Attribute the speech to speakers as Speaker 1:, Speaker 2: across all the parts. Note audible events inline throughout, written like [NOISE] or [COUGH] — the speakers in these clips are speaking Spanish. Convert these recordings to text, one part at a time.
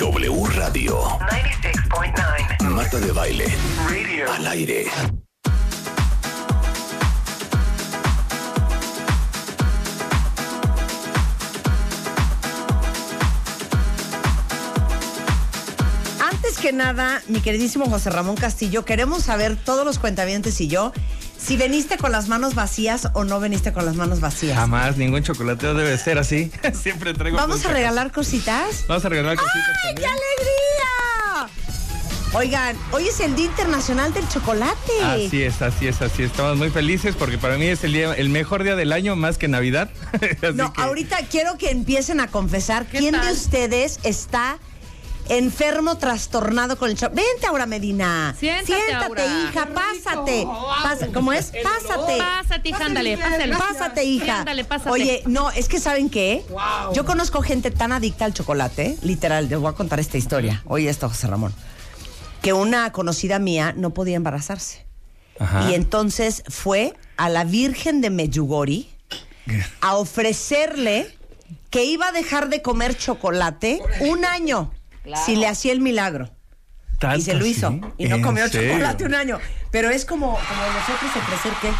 Speaker 1: W Radio.
Speaker 2: 96.9.
Speaker 1: Marta de baile.
Speaker 2: Radio.
Speaker 1: Al aire.
Speaker 3: Antes que nada, mi queridísimo José Ramón Castillo, queremos saber todos los cuentavientes y yo si veniste con las manos vacías o no veniste con las manos vacías.
Speaker 4: Jamás, ningún chocolateo debe ser así. [LAUGHS] Siempre traigo.
Speaker 3: Vamos a
Speaker 4: cosas.
Speaker 3: regalar cositas.
Speaker 4: Vamos a regalar cositas.
Speaker 3: ¡Ay, qué
Speaker 4: también.
Speaker 3: alegría! Oigan, hoy es el Día Internacional del Chocolate.
Speaker 4: Así es, así es, así es. Estamos muy felices porque para mí es el día, el mejor día del año, más que Navidad. [LAUGHS] Así
Speaker 3: No,
Speaker 4: que-
Speaker 3: ahorita quiero que empiecen a confesar quién de ustedes está enfermo, trastornado con el chocolate. Vente, Aura Medina.
Speaker 5: Siéntate, Aura.
Speaker 3: hija, pásate. Pasa- ¿Cómo es? Pásate.
Speaker 5: Pásate, hija, ándale, pásale.
Speaker 3: Pásate, hija.
Speaker 5: Ándale, pásate.
Speaker 3: Oye, no, es que ¿saben qué? Yo conozco gente tan adicta al chocolate, literal, les voy a contar esta historia. Oye esto, José Ramón. Que una conocida mía no podía embarazarse.
Speaker 4: Ajá.
Speaker 3: Y entonces fue a la Virgen de Meyugori a ofrecerle que iba a dejar de comer chocolate un año si le hacía el milagro.
Speaker 4: Tanto
Speaker 3: Y se lo
Speaker 4: así.
Speaker 3: hizo. Y no
Speaker 4: ¿En
Speaker 3: comió
Speaker 4: serio?
Speaker 3: chocolate un año. Pero es como, como nosotros ofrecer qué.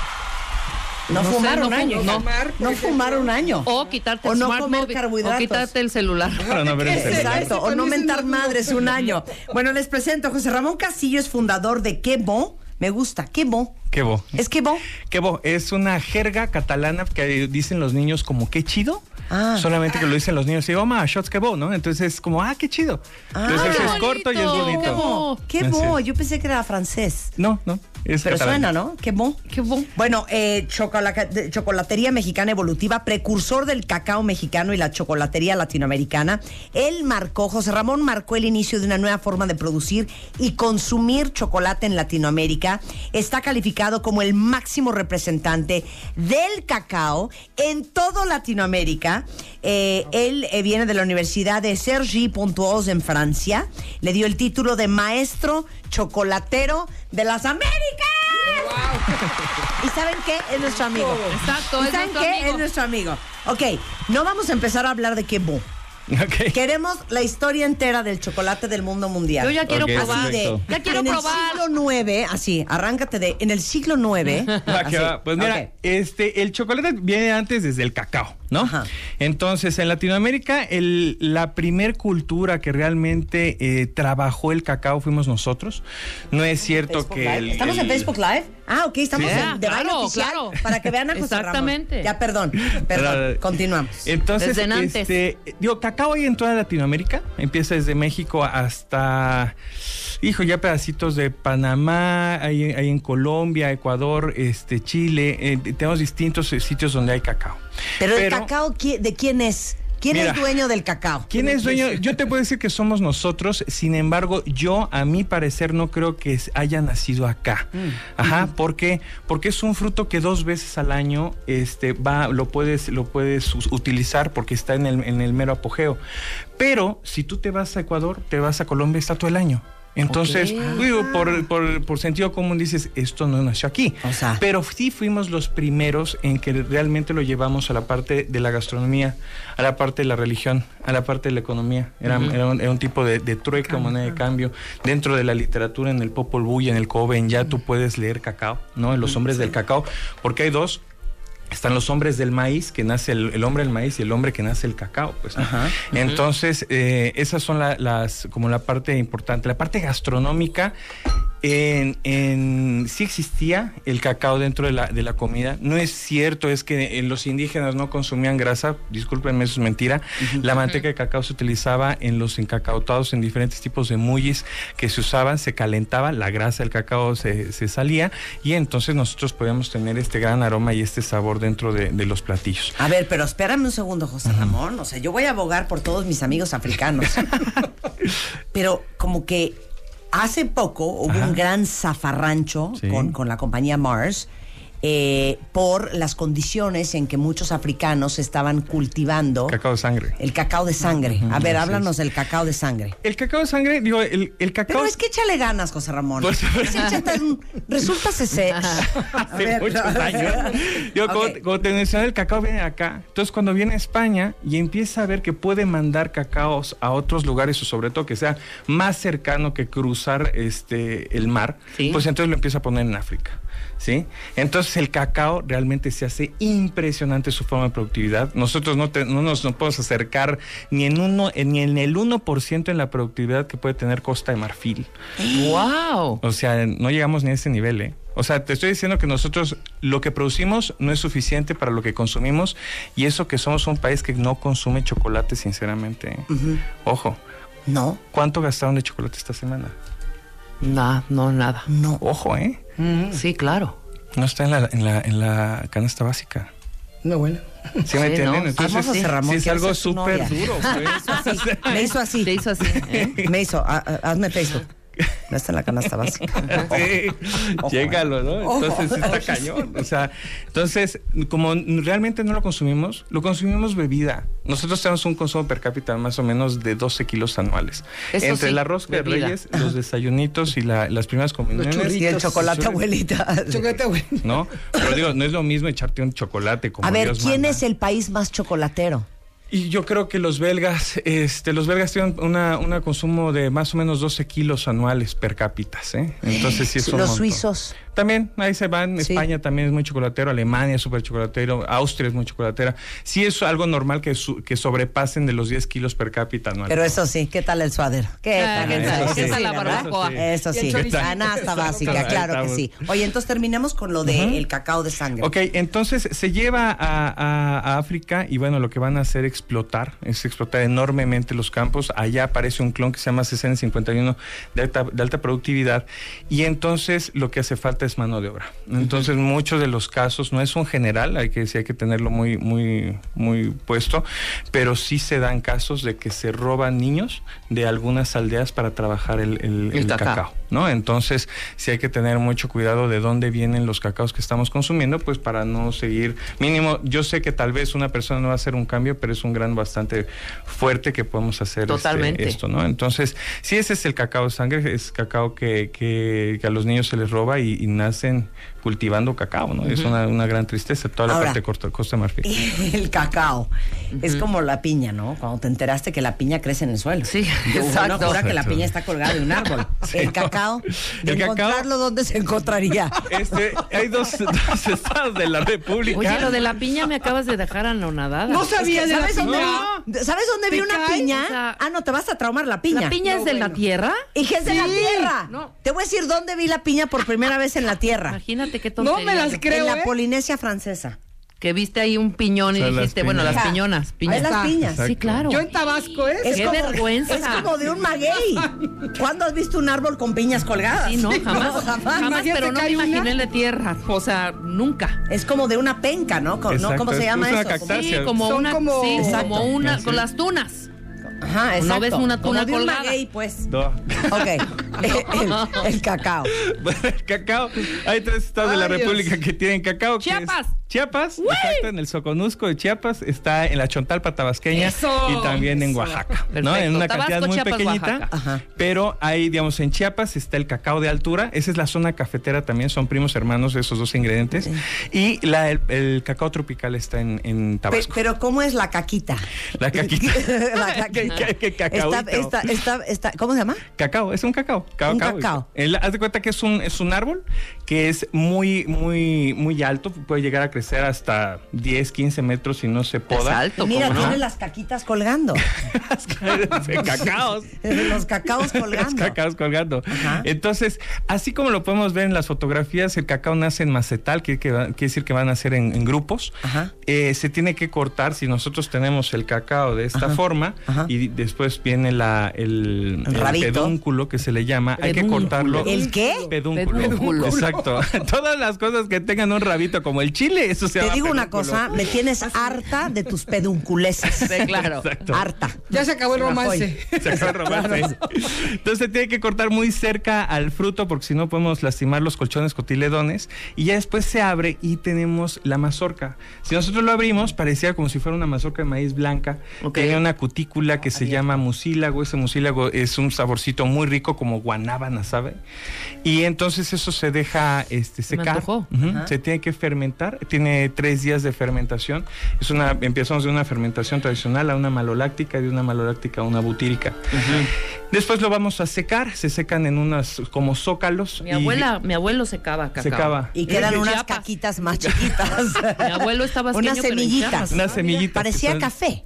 Speaker 3: No,
Speaker 5: sé,
Speaker 3: fumar
Speaker 5: no
Speaker 3: un
Speaker 5: fu-
Speaker 3: año.
Speaker 5: no
Speaker 3: hija.
Speaker 5: fumar,
Speaker 3: No fumar un año.
Speaker 5: O quitarte
Speaker 3: O
Speaker 5: el
Speaker 3: no
Speaker 5: smart
Speaker 3: comer
Speaker 5: móvil,
Speaker 3: carbohidratos.
Speaker 5: O quitarte el celular.
Speaker 4: Para no ver el celular.
Speaker 3: Exacto, o no mentar madres un año. Bueno, les presento, José Ramón Castillo es fundador de Quebo. Me gusta, Quebo.
Speaker 4: Qué bo.
Speaker 3: Es Quebo.
Speaker 4: Qué bo. Es una jerga catalana que dicen los niños como qué chido.
Speaker 3: Ah.
Speaker 4: Solamente que lo dicen los niños y mamá, shots qué bo, ¿no? Entonces es como, ah, qué chido.
Speaker 3: Ah.
Speaker 4: Entonces
Speaker 3: Ay,
Speaker 4: es
Speaker 5: qué
Speaker 4: corto y es
Speaker 5: bonito.
Speaker 4: bonito.
Speaker 5: Qué bo.
Speaker 3: Quebo, yo pensé que era francés.
Speaker 4: No, no. Es
Speaker 3: Pero
Speaker 4: catalán.
Speaker 3: suena, ¿no? Quebo.
Speaker 5: Qué bon.
Speaker 3: Bueno, eh, chocolaca- de- Chocolatería Mexicana Evolutiva, precursor del cacao mexicano y la chocolatería latinoamericana. Él marcó, José Ramón marcó el inicio de una nueva forma de producir y consumir chocolate en Latinoamérica. Está calificado como el máximo representante del cacao en todo Latinoamérica. Eh, él eh, viene de la Universidad de Sergi Pontoise en Francia. Le dio el título de maestro chocolatero de las Américas. ¿Y saben qué? Es nuestro amigo.
Speaker 5: Exacto,
Speaker 3: ¿Y
Speaker 5: es
Speaker 3: saben
Speaker 5: nuestro
Speaker 3: qué?
Speaker 5: amigo.
Speaker 3: Es nuestro amigo. Ok, no vamos a empezar a hablar de qué bu.
Speaker 4: [LAUGHS] Ok.
Speaker 3: Queremos la historia entera del chocolate del mundo mundial.
Speaker 5: Yo ya quiero
Speaker 4: Ok,
Speaker 5: probar.
Speaker 3: Así de,
Speaker 4: perfecto.
Speaker 5: Ya quiero
Speaker 3: en
Speaker 5: probar.
Speaker 3: el siglo IX, así, arráncate de, en el siglo IX.
Speaker 4: Va,
Speaker 3: así.
Speaker 4: que va. Pues mira,
Speaker 3: Ok.
Speaker 4: este, el chocolate viene antes desde el cacao, ¿no?
Speaker 3: Ajá.
Speaker 4: Entonces, en Latinoamérica, el- la primer cultura que realmente eh, trabajó el cacao fuimos nosotros. No es cierto
Speaker 3: Facebook
Speaker 4: que...
Speaker 3: Live.
Speaker 4: el-
Speaker 3: estamos en
Speaker 4: el-
Speaker 3: Facebook Live. Ah, ok, estamos
Speaker 4: Sí.
Speaker 3: en, de
Speaker 5: Claro,
Speaker 3: baile oficial
Speaker 5: claro.
Speaker 3: para que vean a José Ramón.
Speaker 5: Exactamente.
Speaker 3: Ya, perdón, perdón,
Speaker 4: [LAUGHS] Pero,
Speaker 3: continuamos.
Speaker 4: Entonces,
Speaker 5: Desde antes.
Speaker 4: este, digo, cacao hay en toda Latinoamérica. Empieza desde México hasta, hijo, ya pedacitos de Panamá, hay, hay en Colombia, Ecuador, este, Chile. eh, tenemos distintos eh, sitios donde hay cacao.
Speaker 3: Pero, el cacao, ¿qui- ¿de quién es? ¿Quién
Speaker 4: Mira.
Speaker 3: es dueño del cacao?
Speaker 4: ¿Quién es dueño? Yo te puedo decir que somos nosotros, sin embargo, yo a mi parecer no creo que haya nacido acá. Ajá, ¿por qué? Porque es un fruto que dos veces al año este, va, lo puedes, lo puedes us- utilizar porque está en el, en el mero apogeo. Pero si tú te vas a Ecuador, te vas a Colombia, está todo el año. Entonces, digo, por, por- por sentido común dices, esto no nació aquí.
Speaker 3: O sea.
Speaker 4: Pero sí fuimos los primeros en que realmente lo llevamos a la parte de la gastronomía, a la parte de la religión, a la parte de la economía. Era, era un, era un tipo de, de trueque, moneda de cambio. Dentro de la literatura, en el Popol Vuh y en el Coven, ya tú puedes leer cacao, ¿no? En los hombres del cacao, porque hay dos están los hombres del maíz, que nace el, el hombre del maíz y el hombre que nace el cacao, pues. ¿no? Entonces, eh, esas son la- las, como la parte importante. La parte gastronómica, en, en- sí existía el cacao dentro de la, de la comida. No es cierto, es que eh, los indígenas no consumían grasa, discúlpenme, eso es mentira. La manteca de cacao se utilizaba en los encacautados, en diferentes tipos de mullis que se usaban, se calentaba, la grasa del cacao se, se salía y entonces nosotros podíamos tener este gran aroma y este sabor dentro de, de los platillos.
Speaker 3: A ver, pero espérame un segundo, José Ramón. O sea, yo voy a abogar por todos mis amigos africanos.
Speaker 4: [LAUGHS]
Speaker 3: pero como que hace poco hubo
Speaker 4: Ajá.
Speaker 3: un gran zafarrancho
Speaker 4: Sí.
Speaker 3: con, con la compañía Mars eh, por las condiciones en que muchos africanos estaban cultivando
Speaker 4: Cacao de sangre.
Speaker 3: el cacao de sangre. A
Speaker 4: Ujú,
Speaker 3: ver,
Speaker 4: así
Speaker 3: háblanos
Speaker 4: es.
Speaker 3: del cacao de sangre.
Speaker 4: El cacao de sangre, digo, el, el cacao.
Speaker 3: Pero es que échale ganas, José Ramón.
Speaker 4: Por
Speaker 3: Sí,
Speaker 4: supuesto. [LAUGHS]
Speaker 3: échate un- resulta ese. A
Speaker 4: Pues, hace
Speaker 3: ver,
Speaker 4: muchos
Speaker 3: no.
Speaker 4: años. Yo, como-
Speaker 3: Ok.
Speaker 4: como, te mencioné, el cacao viene de acá. Entonces, cuando viene a España y empieza a ver que puede mandar cacaos a otros lugares, o sobre todo que sea más cercano que cruzar este el mar,
Speaker 5: Sí.
Speaker 4: pues entonces lo empieza a poner en África. ¿Sí? Entonces el cacao realmente se hace impresionante su forma de productividad. Nosotros no, te- no nos no podemos acercar ni en, uno, ni en el 1% en la productividad que puede tener Costa de Marfil.
Speaker 5: ¡Wow!
Speaker 4: O sea, no llegamos ni a ese nivel, ¿eh? O sea, te estoy diciendo que nosotros lo que producimos no es suficiente para lo que consumimos y eso que somos un país que no consume chocolate, sinceramente. ¿eh? Ojo,
Speaker 3: No,
Speaker 4: ¿cuánto gastaron de chocolate esta semana?
Speaker 5: No, no, nada.
Speaker 3: no.
Speaker 4: Ojo, ¿eh?
Speaker 5: Sí, claro.
Speaker 4: No está en la, en la, en la canasta básica.
Speaker 3: No, bueno.
Speaker 4: ¿Sí me
Speaker 5: Sí,
Speaker 4: entienden?
Speaker 5: no.
Speaker 4: Entonces,
Speaker 3: Vamos a
Speaker 4: sí,
Speaker 3: José Ramón,
Speaker 4: sí es
Speaker 3: quiero
Speaker 4: algo
Speaker 3: ser tu
Speaker 4: súper
Speaker 3: novia.
Speaker 4: duro. [LAUGHS] pues.
Speaker 3: Me hizo así.
Speaker 5: Te hizo así. ¿eh?
Speaker 3: Me hizo, ah, ah, hazme Facebook. No está en la canasta básica.
Speaker 4: Sí,
Speaker 3: Ojo.
Speaker 4: llégalo, ¿no?
Speaker 3: Ojo.
Speaker 4: Entonces sí está cañón. O sea, entonces, como n- realmente no lo consumimos, lo consumimos bebida. Nosotros tenemos un consumo per cápita más o menos de 12 kilos anuales.
Speaker 5: Eso
Speaker 4: Entre
Speaker 5: sí,
Speaker 4: el arroz de
Speaker 5: bebida.
Speaker 4: Reyes, los desayunitos y la- las primeras comuniones.
Speaker 3: Y el
Speaker 6: Churritos.
Speaker 3: chocolate, abuelita.
Speaker 6: Chocolate, güey.
Speaker 4: ¿No? Pero digo, no es lo mismo echarte un chocolate como
Speaker 3: A ver,
Speaker 4: Dios
Speaker 3: ¿quién
Speaker 4: manda.
Speaker 3: es el país más chocolatero?
Speaker 4: Y yo creo que los belgas, este, los belgas tienen una, una consumo de más o menos 12 kilos anuales per cápita, ¿eh? Entonces sí es un
Speaker 3: Los
Speaker 4: montón.
Speaker 3: suizos.
Speaker 4: También, ahí se van.
Speaker 3: Sí.
Speaker 4: España también es muy chocolatero, Alemania es súper chocolatero, Austria es muy chocolatera. Sí es algo normal que, su- que sobrepasen de los 10 kilos per cápita anual.
Speaker 3: Pero eso sí, ¿qué tal el suadero? ¿Qué
Speaker 5: Ah,
Speaker 3: tal?
Speaker 4: ¿qué tal? ¿Qué
Speaker 3: Eso
Speaker 4: tal la
Speaker 3: sí,
Speaker 5: barbacoa?
Speaker 3: ¿verdad? Eso
Speaker 6: Y el
Speaker 3: sí,
Speaker 6: chorizo.
Speaker 3: canasta básica,
Speaker 4: Ahí
Speaker 3: claro que
Speaker 4: estamos.
Speaker 3: sí. Oye, entonces terminemos con lo del cacao de sangre.
Speaker 4: Ok, entonces se lleva a, a- a África y bueno, lo que van a hacer explotar, es explotar enormemente los campos. Allá aparece un clon que se llama CCN51 de alta, de alta productividad y entonces lo que hace falta es mano de obra. Entonces muchos de los casos, no es un general, hay que, sí hay que tenerlo muy, muy, muy puesto, pero sí se dan casos de que se roban niños de algunas aldeas para trabajar el, el-
Speaker 5: El
Speaker 4: el
Speaker 5: cacao.
Speaker 4: cacao. ¿no? Entonces, sí hay que tener mucho cuidado de dónde vienen los cacaos que estamos consumiendo, pues para no seguir. Mínimo, yo sé que tal vez una persona no va a hacer un cambio, pero es un gran bastante fuerte que podemos hacer este,
Speaker 5: Totalmente.
Speaker 4: esto, ¿no? Entonces, sí, ese es el cacao de sangre, es cacao que, que- que a los niños se les roba y, y nacen cultivando cacao, ¿no? Es una, una gran tristeza, toda la
Speaker 3: Ahora-
Speaker 4: parte de Costa, Costa de
Speaker 3: [LAUGHS]
Speaker 4: Marfil.
Speaker 3: El cacao. Es como la piña, ¿no? Cuando te enteraste que la piña crece en el suelo.
Speaker 5: Sí,
Speaker 3: Uno
Speaker 5: exacto.
Speaker 3: jura que la
Speaker 4: Exacto.
Speaker 3: piña está colgada de un árbol. El cacao, de
Speaker 4: El cacao-
Speaker 3: encontrarlo, ¿dónde se encontraría?
Speaker 4: Este, hay dos, dos estados de la República.
Speaker 5: Oye, lo de la piña me acabas de dejar anonadada.
Speaker 6: No
Speaker 3: Es
Speaker 6: sabía
Speaker 3: que,
Speaker 6: de la
Speaker 3: ¿sabes dónde
Speaker 6: piña.
Speaker 3: vi- ¿Sabes dónde vi
Speaker 6: ¿Te
Speaker 3: una
Speaker 6: cae?
Speaker 5: O
Speaker 3: piña?
Speaker 5: sea,
Speaker 3: Ah, no, te vas a traumar la piña.
Speaker 5: ¿La piña es de la tierra?
Speaker 3: Y que es de la
Speaker 6: Sí.
Speaker 3: tierra.
Speaker 5: No.
Speaker 3: Te voy a decir dónde vi la piña por primera vez en la tierra.
Speaker 5: Imagínate qué
Speaker 6: No
Speaker 5: tontería.
Speaker 6: me las
Speaker 3: en
Speaker 6: creo,
Speaker 3: la
Speaker 6: ¿eh?
Speaker 3: Polinesia francesa.
Speaker 5: Que viste ahí un piñón y
Speaker 4: Son las
Speaker 5: dijiste, bueno,
Speaker 4: piñas.
Speaker 5: las piñonas.
Speaker 3: Ahí las
Speaker 5: piñas.
Speaker 3: piñas.
Speaker 5: Sí,
Speaker 4: Exacto.
Speaker 5: claro.
Speaker 6: Yo en Tabasco, ¿eh?
Speaker 5: Qué
Speaker 3: como,
Speaker 5: vergüenza.
Speaker 3: Es como de un maguey. ¿Cuándo has visto un árbol con piñas colgadas? [LAUGHS]
Speaker 5: Sí, no, jamás.
Speaker 3: jamás.
Speaker 5: Jamás,
Speaker 6: Imagínate
Speaker 5: pero no
Speaker 6: que
Speaker 5: me
Speaker 6: hay una.
Speaker 5: imaginé en la tierra. O sea, nunca.
Speaker 3: Es como de una penca, ¿no? Con- ¿no?
Speaker 4: Exacto,
Speaker 3: ¿Cómo se
Speaker 4: es
Speaker 3: llama
Speaker 4: una
Speaker 3: eso?
Speaker 4: cactácea.
Speaker 5: Sí,
Speaker 4: Gracias.
Speaker 5: como
Speaker 6: Son
Speaker 5: una.
Speaker 6: como-
Speaker 5: Sí,
Speaker 3: Exacto.
Speaker 5: como una.
Speaker 4: Sí.
Speaker 5: Con las tunas.
Speaker 3: Ajá, exacto.
Speaker 5: ves una
Speaker 3: Como
Speaker 5: tuna
Speaker 3: de un
Speaker 5: colgada.
Speaker 3: maguey, pues.
Speaker 4: No.
Speaker 3: Ok. [LAUGHS] El, el cacao.
Speaker 4: Bueno, el [LAUGHS] cacao. Hay tres estados de la
Speaker 6: Ay, Dios.
Speaker 4: República que tienen cacao. que es
Speaker 5: Chiapas.
Speaker 4: Chiapas, exacto, en el Soconusco de Chiapas, está en la Chontalpa tabasqueña
Speaker 5: Eso.
Speaker 4: y también en
Speaker 5: Eso.
Speaker 4: Oaxaca, ¿no?
Speaker 5: Perfecto.
Speaker 4: En una
Speaker 5: Tabasco,
Speaker 4: cantidad muy
Speaker 5: Chiapas,
Speaker 4: pequeñita,
Speaker 5: Oaxaca.
Speaker 3: Ajá.
Speaker 4: pero ahí, digamos, en Chiapas está el cacao de altura, esa es la zona cafetera también, son primos hermanos esos dos ingredientes, y la- el, el cacao tropical está en, en
Speaker 3: Pe-
Speaker 4: Tabasco.
Speaker 3: pero ¿cómo es la caquita?
Speaker 4: La caquita.
Speaker 3: [LAUGHS] la
Speaker 4: [LAUGHS]
Speaker 3: caquita.
Speaker 4: Qué- qué- qué
Speaker 3: está,
Speaker 4: cacahuito.
Speaker 3: está, está, está- ¿Cómo se llama?
Speaker 4: Cacao, es un cacao. Ca-
Speaker 3: Un
Speaker 4: cacao.
Speaker 3: cacao.
Speaker 4: El- haz de cuenta que es un, es un árbol que es muy, muy, muy alto. Puede llegar a crecer hasta 10, 15 metros si no se
Speaker 5: Es
Speaker 4: poda.
Speaker 5: alto,
Speaker 3: Mira,
Speaker 5: ¿cómo no?
Speaker 3: tiene las caquitas
Speaker 4: [LAUGHS]
Speaker 3: colgando. Eh,
Speaker 4: De cacaos.
Speaker 3: Los cacaos
Speaker 4: Los
Speaker 3: colgando.
Speaker 4: cacaos colgando.
Speaker 3: Ajá.
Speaker 4: Entonces, así como lo podemos ver en las fotografías, el cacao nace en macetal, que, que va- quiere decir que van a nacer en, en grupos.
Speaker 3: Ajá.
Speaker 4: Eh, se tiene que cortar si nosotros tenemos el cacao de esta
Speaker 3: Ajá.
Speaker 4: forma
Speaker 3: Ajá.
Speaker 4: y después viene la, el,
Speaker 3: El rabito.
Speaker 4: pedúnculo que se le llama. Hay que
Speaker 5: Pedúnculo.
Speaker 4: cortarlo.
Speaker 3: ¿El qué?
Speaker 4: Pedúnculo. [LAUGHS]
Speaker 5: Pedúnculo.
Speaker 4: Exacto. Todas las cosas que tengan un rabito como el chile. Eso se
Speaker 3: Te
Speaker 4: llama
Speaker 3: digo una
Speaker 4: pedúnculo.
Speaker 3: cosa, me tienes harta de tus pedunculeces.
Speaker 5: [LAUGHS] Sí, claro.
Speaker 4: [LAUGHS] Exacto.
Speaker 3: Harta.
Speaker 6: Ya se acabó el romance.
Speaker 4: [LAUGHS] Se acaba el romance. Entonces se tiene que cortar muy cerca al fruto porque si no podemos lastimar los colchones cotiledones y ya después se abre y tenemos la mazorca. Si nosotros lo abrimos parecía como si fuera una mazorca de maíz blanca.
Speaker 5: Ok.
Speaker 4: Tenía una cutícula que se llama mucílago. Ese mucílago es un saborcito muy rico como guanábana, ¿sabe? Y entonces eso se deja este,
Speaker 5: Se me
Speaker 4: secar.
Speaker 5: antojó.
Speaker 4: Ujú.
Speaker 3: Ajá.
Speaker 4: Se tiene que fermentar. Tiene tres días de fermentación. Es una, empezamos de una fermentación tradicional a una maloláctica, de una maloláctica a una butírica. Después lo vamos a secar. Se secan en unas como zócalos.
Speaker 5: Mi
Speaker 4: y
Speaker 5: abuela, mi abuelo secaba cacao.
Speaker 4: Secaba.
Speaker 3: Y quedan
Speaker 5: Desde
Speaker 3: unas
Speaker 5: Chiapas.
Speaker 3: caquitas más chiquitas.
Speaker 5: Mi abuelo
Speaker 3: [LAUGHS]
Speaker 5: estaba Ah,
Speaker 3: Unas
Speaker 5: asqueño, pero en
Speaker 3: semillitas.
Speaker 5: Chiapas.
Speaker 4: Unas semillitas.
Speaker 3: Parecía
Speaker 4: que son
Speaker 3: café.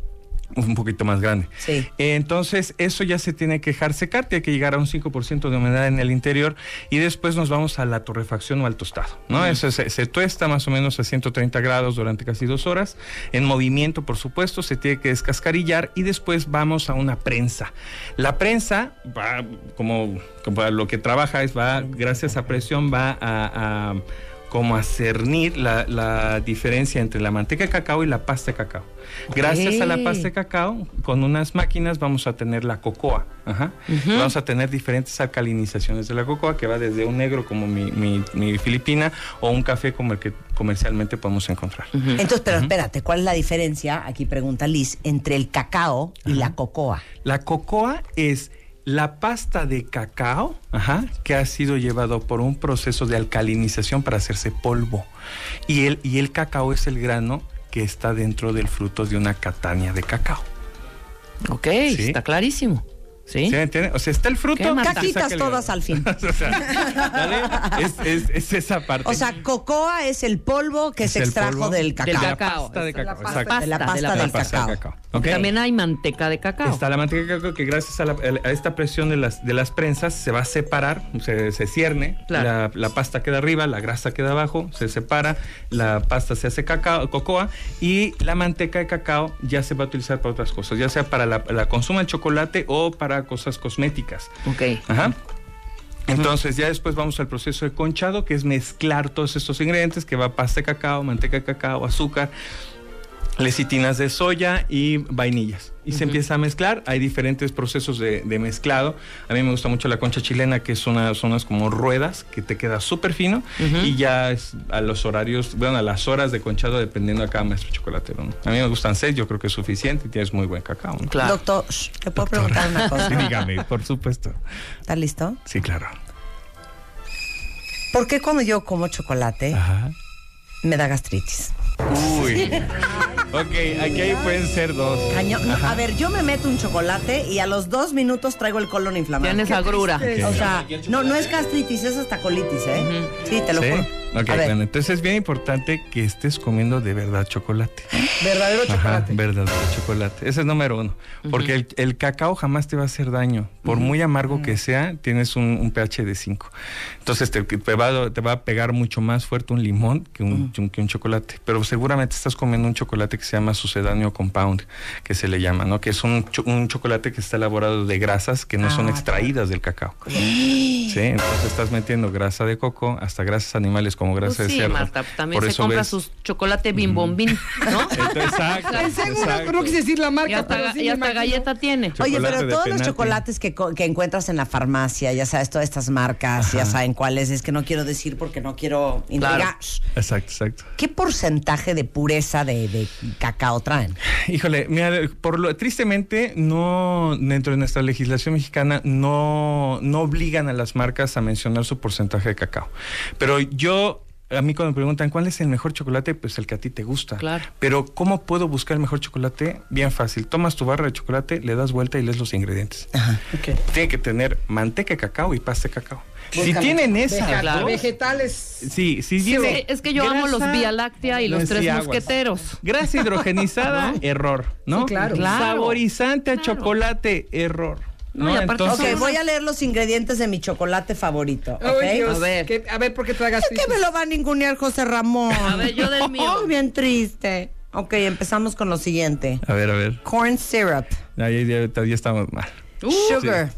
Speaker 4: Un poquito más grande.
Speaker 3: Sí.
Speaker 4: Eh, Entonces, eso ya se tiene que dejar secar, tiene que llegar a un 5% de humedad en el interior y después nos vamos a la torrefacción o al tostado, ¿no? Eso se, se tuesta más o menos a 130 grados durante casi dos horas, en movimiento, por supuesto, se tiene que descascarillar y después vamos a una prensa. La prensa va, como, como lo que trabaja es, va, gracias a presión, va a... a como a cernir la, la diferencia entre la manteca de cacao y la pasta de cacao. Gracias a la pasta de cacao, con unas máquinas vamos a tener la cocoa. Ajá. Vamos a tener diferentes alcalinizaciones de la cocoa, que va desde un negro como mi, mi- mi filipina o un café como el que comercialmente podemos encontrar.
Speaker 3: Entonces, pero espérate, ¿cuál es la diferencia? Aquí pregunta Liz, entre el cacao y la cocoa.
Speaker 4: La cocoa es la pasta de cacao ajá, que ha sido llevado por un proceso de alcalinización para hacerse polvo. Y el, y el cacao es el grano que está dentro del fruto de una catania de cacao.
Speaker 5: Ok,
Speaker 4: Sí.
Speaker 5: está clarísimo. ¿Sí?
Speaker 4: ¿Sí me entiende? O sea, está el fruto.
Speaker 5: Qué
Speaker 4: y se saca
Speaker 3: Caquitas
Speaker 4: el
Speaker 3: todas
Speaker 4: grano.
Speaker 3: al fin.
Speaker 4: [LAUGHS] O sea, ¿vale? es, es- es esa parte.
Speaker 3: O sea, cocoa es el polvo que
Speaker 4: Es
Speaker 3: se
Speaker 4: el
Speaker 3: extrajo
Speaker 4: polvo
Speaker 3: del
Speaker 5: Del
Speaker 3: cacao.
Speaker 4: la
Speaker 5: cacao.
Speaker 4: pasta de cacao,
Speaker 5: pasta,
Speaker 4: exacto.
Speaker 3: De la
Speaker 5: de
Speaker 3: pasta
Speaker 5: la
Speaker 3: del
Speaker 5: pasta.
Speaker 3: cacao.
Speaker 4: Ok.
Speaker 5: También hay manteca de cacao.
Speaker 4: Está la manteca de cacao que gracias a, la- a esta presión de las, de las prensas se va a separar, se, se cierne,
Speaker 5: Claro.
Speaker 4: la, la pasta queda arriba, la grasa queda abajo, se separa, la pasta se hace cacao, cocoa y la manteca de cacao ya se va a utilizar para otras cosas, ya sea para la, la consuma del chocolate o para cosas cosméticas.
Speaker 5: Ok.
Speaker 4: Ajá. Entonces ya después vamos al proceso de conchado, que es mezclar todos estos ingredientes, que va pasta de cacao, manteca de cacao, azúcar, lecitinas de soya y vainillas. Y se empieza a mezclar, hay diferentes procesos de, de mezclado. A mí me gusta mucho la concha chilena, que son unas, son unas como ruedas, que te queda súper fino. Y ya es a los horarios, bueno, a las horas de conchado, dependiendo a cada maestro chocolatero. ¿no? A mí me gustan seis, yo creo que es suficiente y tienes muy buen cacao. ¿no?
Speaker 5: Claro.
Speaker 3: Doctor, shh, ¿te puedo preguntar una
Speaker 4: Sí,
Speaker 3: cosa?
Speaker 4: dígame, por supuesto.
Speaker 3: ¿Estás listo?
Speaker 4: Sí, claro.
Speaker 3: ¿Por qué cuando yo como chocolate
Speaker 4: Ajá.
Speaker 3: me da gastritis?
Speaker 4: Uy. Ok, aquí pueden ser dos.
Speaker 3: Cañón. No, a ver, yo me meto un chocolate y a los dos minutos traigo el colon inflamado.
Speaker 5: Tienes agrura.
Speaker 3: O sea, no, no es gastritis, es hasta colitis, ¿eh? Sí, te lo
Speaker 4: ¿Sí?
Speaker 3: juro.
Speaker 4: Ok,
Speaker 3: a ver,
Speaker 4: bueno, entonces es bien importante que estés comiendo de verdad chocolate.
Speaker 6: Verdadero
Speaker 4: Ajá,
Speaker 6: chocolate.
Speaker 4: verdadero chocolate. Ese es número uno. Porque el, el cacao jamás te va a hacer daño. Por muy amargo que sea, tienes un, un pH de 5. Entonces te, te va, a- te va a pegar mucho más fuerte un limón que un, que un chocolate. Pero seguramente estás comiendo un chocolate que se llama sucedáneo compound, que se le llama, ¿no? Que es un, cho- un chocolate que está elaborado de grasas que no son
Speaker 3: Ah,
Speaker 4: extraídas del cacao. Sí, entonces estás metiendo grasa de coco hasta grasas animales como
Speaker 5: Pues
Speaker 4: grasa de
Speaker 5: sí,
Speaker 4: cerdo.
Speaker 5: Marta, también
Speaker 4: Por
Speaker 5: se
Speaker 4: eso
Speaker 5: compra
Speaker 4: ves-
Speaker 5: sus chocolate bimbombín,
Speaker 4: [LAUGHS]
Speaker 5: ¿no?
Speaker 4: Entonces, exacto,
Speaker 5: Pensé
Speaker 6: Seguro,
Speaker 4: exacto.
Speaker 6: no quise decir la
Speaker 5: Y
Speaker 6: marca,
Speaker 5: hasta,
Speaker 6: pero
Speaker 5: ga-
Speaker 6: sí
Speaker 5: y
Speaker 6: me
Speaker 5: hasta
Speaker 6: imagino.
Speaker 5: galleta tiene.
Speaker 4: Chocolate
Speaker 3: Oye, pero
Speaker 4: de
Speaker 3: todos los
Speaker 4: penalti.
Speaker 3: chocolates que, co- que encuentras en la farmacia, ya sabes, todas estas marcas, ya saben cuáles, es que no quiero decir porque no quiero intrigar.
Speaker 5: Claro.
Speaker 4: Exacto, exacto.
Speaker 3: ¿Qué porcentaje de pureza de, de cacao traen?
Speaker 4: Híjole, mira, por lo tristemente no dentro de nuestra legislación mexicana no no obligan a las marcas a mencionar su porcentaje de cacao. Pero yo a mí cuando me preguntan cuál es el mejor chocolate, pues el que a ti te gusta.
Speaker 5: Claro.
Speaker 4: Pero ¿cómo puedo buscar el mejor chocolate? Bien fácil. Tomas tu barra de chocolate, le das vuelta y lees los ingredientes. Tiene que tener manteca de cacao y pasta de cacao. Si tienen esa,
Speaker 6: Veja-
Speaker 5: Claro.
Speaker 6: Vegetales.
Speaker 4: Sí, sí, viene
Speaker 5: es que- es que yo amo los Vía Láctea y los
Speaker 4: es-
Speaker 5: Tres
Speaker 4: aguas.
Speaker 5: Mosqueteros.
Speaker 4: Grasa hidrogenizada, error, [LAUGHS] ¿no?
Speaker 6: Sí, claro.
Speaker 5: Claro.
Speaker 4: Saborizante a
Speaker 5: Claro.
Speaker 4: chocolate, error.
Speaker 5: No,
Speaker 4: No,
Speaker 5: y aparte-
Speaker 4: Entonces,
Speaker 3: Ok, voy a leer los ingredientes de mi chocolate favorito, ¿ok?
Speaker 6: Ay, Dios.
Speaker 5: A ver.
Speaker 6: ¿Qué- a ver, ¿por qué te hagas
Speaker 3: ¿Por qué me lo va a ningunear José Ramón?
Speaker 5: A ver, yo
Speaker 3: [LAUGHS]
Speaker 5: del mío.
Speaker 3: Oh, bien triste. Ok, empezamos con lo siguiente.
Speaker 4: A ver, a ver.
Speaker 3: Corn syrup,
Speaker 4: Ahí ya, ya estamos mal.
Speaker 5: Uh,
Speaker 3: sugar,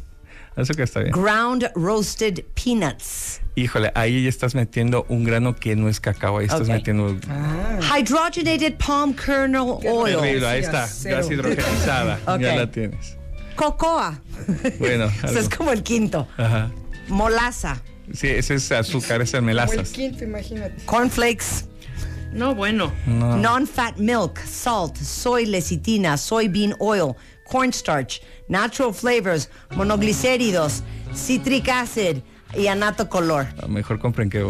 Speaker 4: Azúcar está bien.
Speaker 3: Ground roasted peanuts.
Speaker 4: Híjole, ahí ya estás metiendo un grano que no es cacao, ahí estás
Speaker 3: Ok. Ah.
Speaker 4: metiendo...
Speaker 5: Ah.
Speaker 3: Hydrogenated palm kernel oil.
Speaker 4: Terrible, ahí
Speaker 6: Sí,
Speaker 4: está,
Speaker 3: [LAUGHS]
Speaker 6: acero.
Speaker 4: gas hidrogenizada.
Speaker 3: Ok.
Speaker 4: Ya la tienes.
Speaker 3: Cocoa. [LAUGHS]
Speaker 4: Bueno,
Speaker 3: Ese
Speaker 4: algo.
Speaker 3: es como el quinto.
Speaker 4: Ajá.
Speaker 3: Molaza.
Speaker 4: Sí, ese es azúcar, esas
Speaker 6: Como el
Speaker 4: melazas.
Speaker 6: quinto, imagínate.
Speaker 3: Cornflakes.
Speaker 5: No, bueno.
Speaker 4: No.
Speaker 3: Non-fat milk, salt, soy lecitina, soybean oil, cornstarch, natural flavors, monoglicéridos, citric acid y anatocolor.
Speaker 4: A lo Ah, Mejor compren que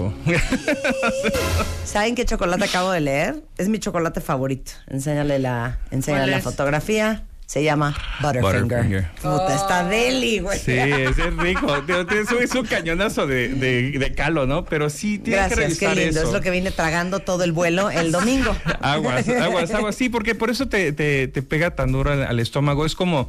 Speaker 3: ¿Saben qué chocolate acabo de leer? Es mi chocolate favorito. Enséñale la, enséñale
Speaker 5: ¿Cuál
Speaker 3: la
Speaker 5: es?
Speaker 3: fotografía. Se llama Butterfinger.
Speaker 4: Butterfinger.
Speaker 3: Puta, está deli, güey.
Speaker 4: [LAUGHS] Sí, es, es rico. Digo, tienes un- Es un cañonazo de, de- de calo, ¿no? Pero sí, tienes que
Speaker 3: Gracias, qué
Speaker 4: revisar
Speaker 3: lindo.
Speaker 4: eso.
Speaker 3: Es lo que vine tragando todo el vuelo el
Speaker 4: [LAUGHS]
Speaker 3: domingo.
Speaker 4: Aguas,
Speaker 6: [LAUGHS]
Speaker 4: aguas, aguas. Sí, porque por eso te, te- te pega tan duro al, al estómago. Es como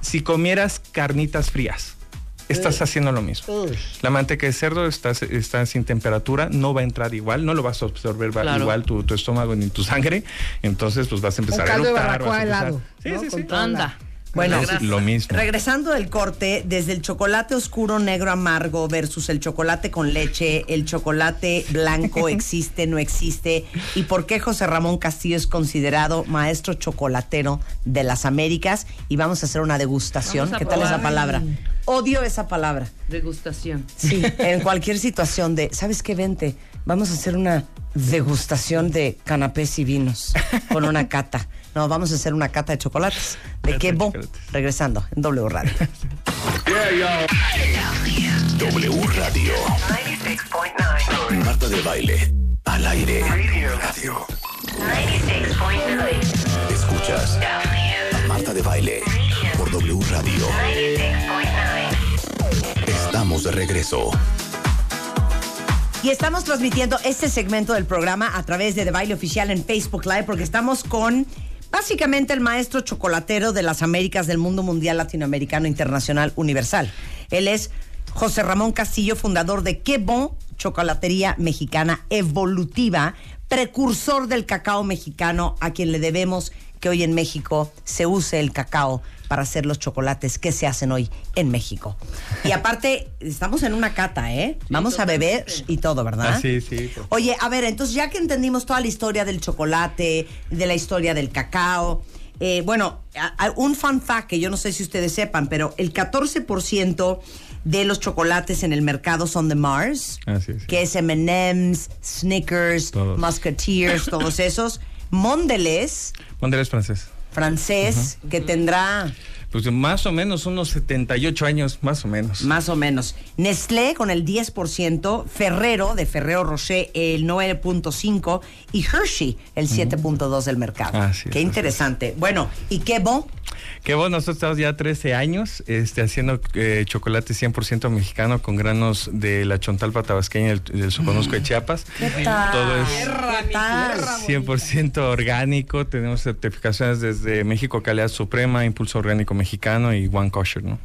Speaker 4: si comieras carnitas frías.
Speaker 6: Mm.
Speaker 4: Estás haciendo lo mismo.
Speaker 3: Uy.
Speaker 4: La manteca de cerdo está, está sin temperatura, no va a entrar igual, no lo vas a absorber va-
Speaker 5: Claro.
Speaker 4: igual tu, tu estómago ni tu sangre. Entonces, pues vas a empezar
Speaker 6: caldo de
Speaker 4: a eructar,
Speaker 6: barbacoa
Speaker 4: vas a empezar-
Speaker 6: helado,
Speaker 4: Sí,
Speaker 6: ¿no?
Speaker 4: sí,
Speaker 6: Con
Speaker 4: sí.
Speaker 6: todo.
Speaker 5: Anda.
Speaker 3: Bueno,
Speaker 5: La grasa.
Speaker 4: lo mismo.
Speaker 3: Regresando del corte, desde el chocolate oscuro, negro, amargo versus el chocolate con leche, el chocolate
Speaker 5: [LAUGHS]
Speaker 3: blanco existe, no existe, y por qué José Ramón Castillo es considerado maestro chocolatero de las Américas. Y vamos a hacer una degustación.
Speaker 5: Vamos a
Speaker 3: ¿Qué tal esa
Speaker 5: probar.
Speaker 3: palabra? Odio esa palabra.
Speaker 5: Degustación.
Speaker 3: Sí, en cualquier situación de, ¿sabes qué? Vente, vamos a hacer una degustación de canapés y vinos con una cata. No, vamos a hacer una cata de chocolates. ¿De
Speaker 4: Cata
Speaker 3: qué
Speaker 4: de
Speaker 3: bo?
Speaker 4: chocolates.
Speaker 3: Regresando en W Radio.
Speaker 1: W Radio.
Speaker 2: 96.9.
Speaker 1: Marta de baile. Al aire.
Speaker 2: Radio.
Speaker 1: Radio.
Speaker 2: 96.9.
Speaker 1: Escuchas a Marta de baile por W Radio.
Speaker 2: 96.9.
Speaker 1: Estamos de regreso.
Speaker 3: Y estamos transmitiendo este segmento del programa a través de The Baile Oficial en Facebook Live porque estamos con básicamente el maestro chocolatero de las Américas del mundo mundial latinoamericano internacional universal. Él es José Ramón Castillo, fundador de Qué Bon Chocolatería Mexicana Evolutiva, precursor del cacao mexicano a quien le debemos que hoy en México se use el cacao para hacer los chocolates que se hacen hoy en México. Y aparte, estamos en una cata, ¿eh? Vamos a beber y todo, ¿verdad?
Speaker 4: Ah, sí, sí. por-
Speaker 3: Oye, a ver, entonces ya que entendimos toda la historia del chocolate, de la historia del cacao, eh, bueno, a- a- un fun fact que yo no sé si ustedes sepan, pero el 14% de los chocolates en el mercado son de Mars,
Speaker 4: Así es, Ah, sí.
Speaker 3: que es M&M's, Snickers,
Speaker 4: Todos.
Speaker 3: Musketeers, todos
Speaker 4: [LAUGHS]
Speaker 3: esos. Mondelez,
Speaker 4: Móndeles francés.
Speaker 3: francés, que tendrá
Speaker 4: Pues más o menos unos 78 años, más o menos.
Speaker 3: Más o menos. Nestlé con el 10%, Ferrero de Ferrero Rocher el 9.5% y Hershey el 7.2% del mercado.
Speaker 4: Mm. Ah, Así es,
Speaker 3: Qué
Speaker 4: así
Speaker 3: interesante. Bueno, ¿y qué bon?
Speaker 4: Que bueno, nosotros estamos ya 13 años este, haciendo eh, chocolate 100% mexicano con granos de la Chontalpa tabasqueña y el- del Soconusco de Chiapas. Todo es
Speaker 3: Tierra, mi tierra.
Speaker 4: 100% orgánico. Tenemos certificaciones desde México Calidad Suprema, Impulso Orgánico Mexicano y One Kosher, ¿no?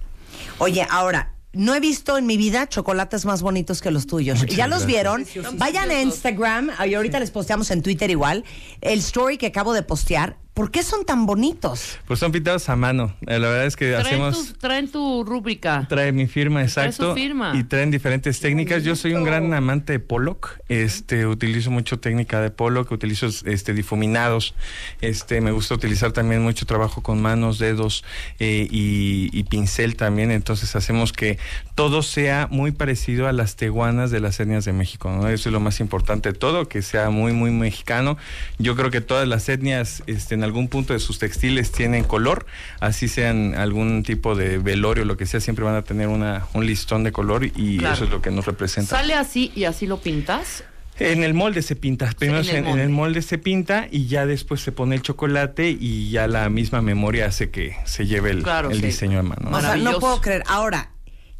Speaker 3: Oye, ahora. No he visto en mi vida chocolates más bonitos que los tuyos.
Speaker 4: Muchas
Speaker 3: ¿Ya los
Speaker 4: gracias.
Speaker 3: vieron? Vayan a Instagram, ahí ahorita les posteamos en Twitter igual, el story que acabo de postear. ¿Por qué son tan bonitos?
Speaker 4: Pues son pintados a mano. Eh, la verdad es que
Speaker 5: Traen
Speaker 4: hacemos...
Speaker 5: tu, traen tu rúbrica.
Speaker 4: Trae mi firma,
Speaker 5: Trae
Speaker 4: exacto.
Speaker 5: su firma.
Speaker 4: Y traen diferentes técnicas. Yo soy un gran amante de Pollock. Este, utilizo mucho técnica de Pollock, utilizo este difuminados. Este, me gusta utilizar también mucho trabajo con manos, dedos eh, y, y pincel también. Entonces hacemos que todo sea muy parecido a las teguanas de las etnias de México. ¿no? Eso es lo más importante de todo, que sea muy, muy mexicano. Yo creo que todas las etnias este, en algún punto de sus textiles tienen color, así sean algún tipo de velorio, lo que sea, siempre van a tener una, un listón de color y
Speaker 5: Claro.
Speaker 4: eso es lo que nos representa.
Speaker 5: Sale así y así lo pintas.
Speaker 4: En el molde se pinta, primero
Speaker 5: en el
Speaker 4: se- en, el
Speaker 5: molde.
Speaker 4: molde se pinta y ya después se pone el chocolate y ya la misma memoria hace que se lleve el,
Speaker 5: Claro,
Speaker 4: el
Speaker 5: sí.
Speaker 4: diseño a mano. ¿no?
Speaker 3: O sea, no
Speaker 5: Maravilloso.
Speaker 3: puedo creer. Ahora,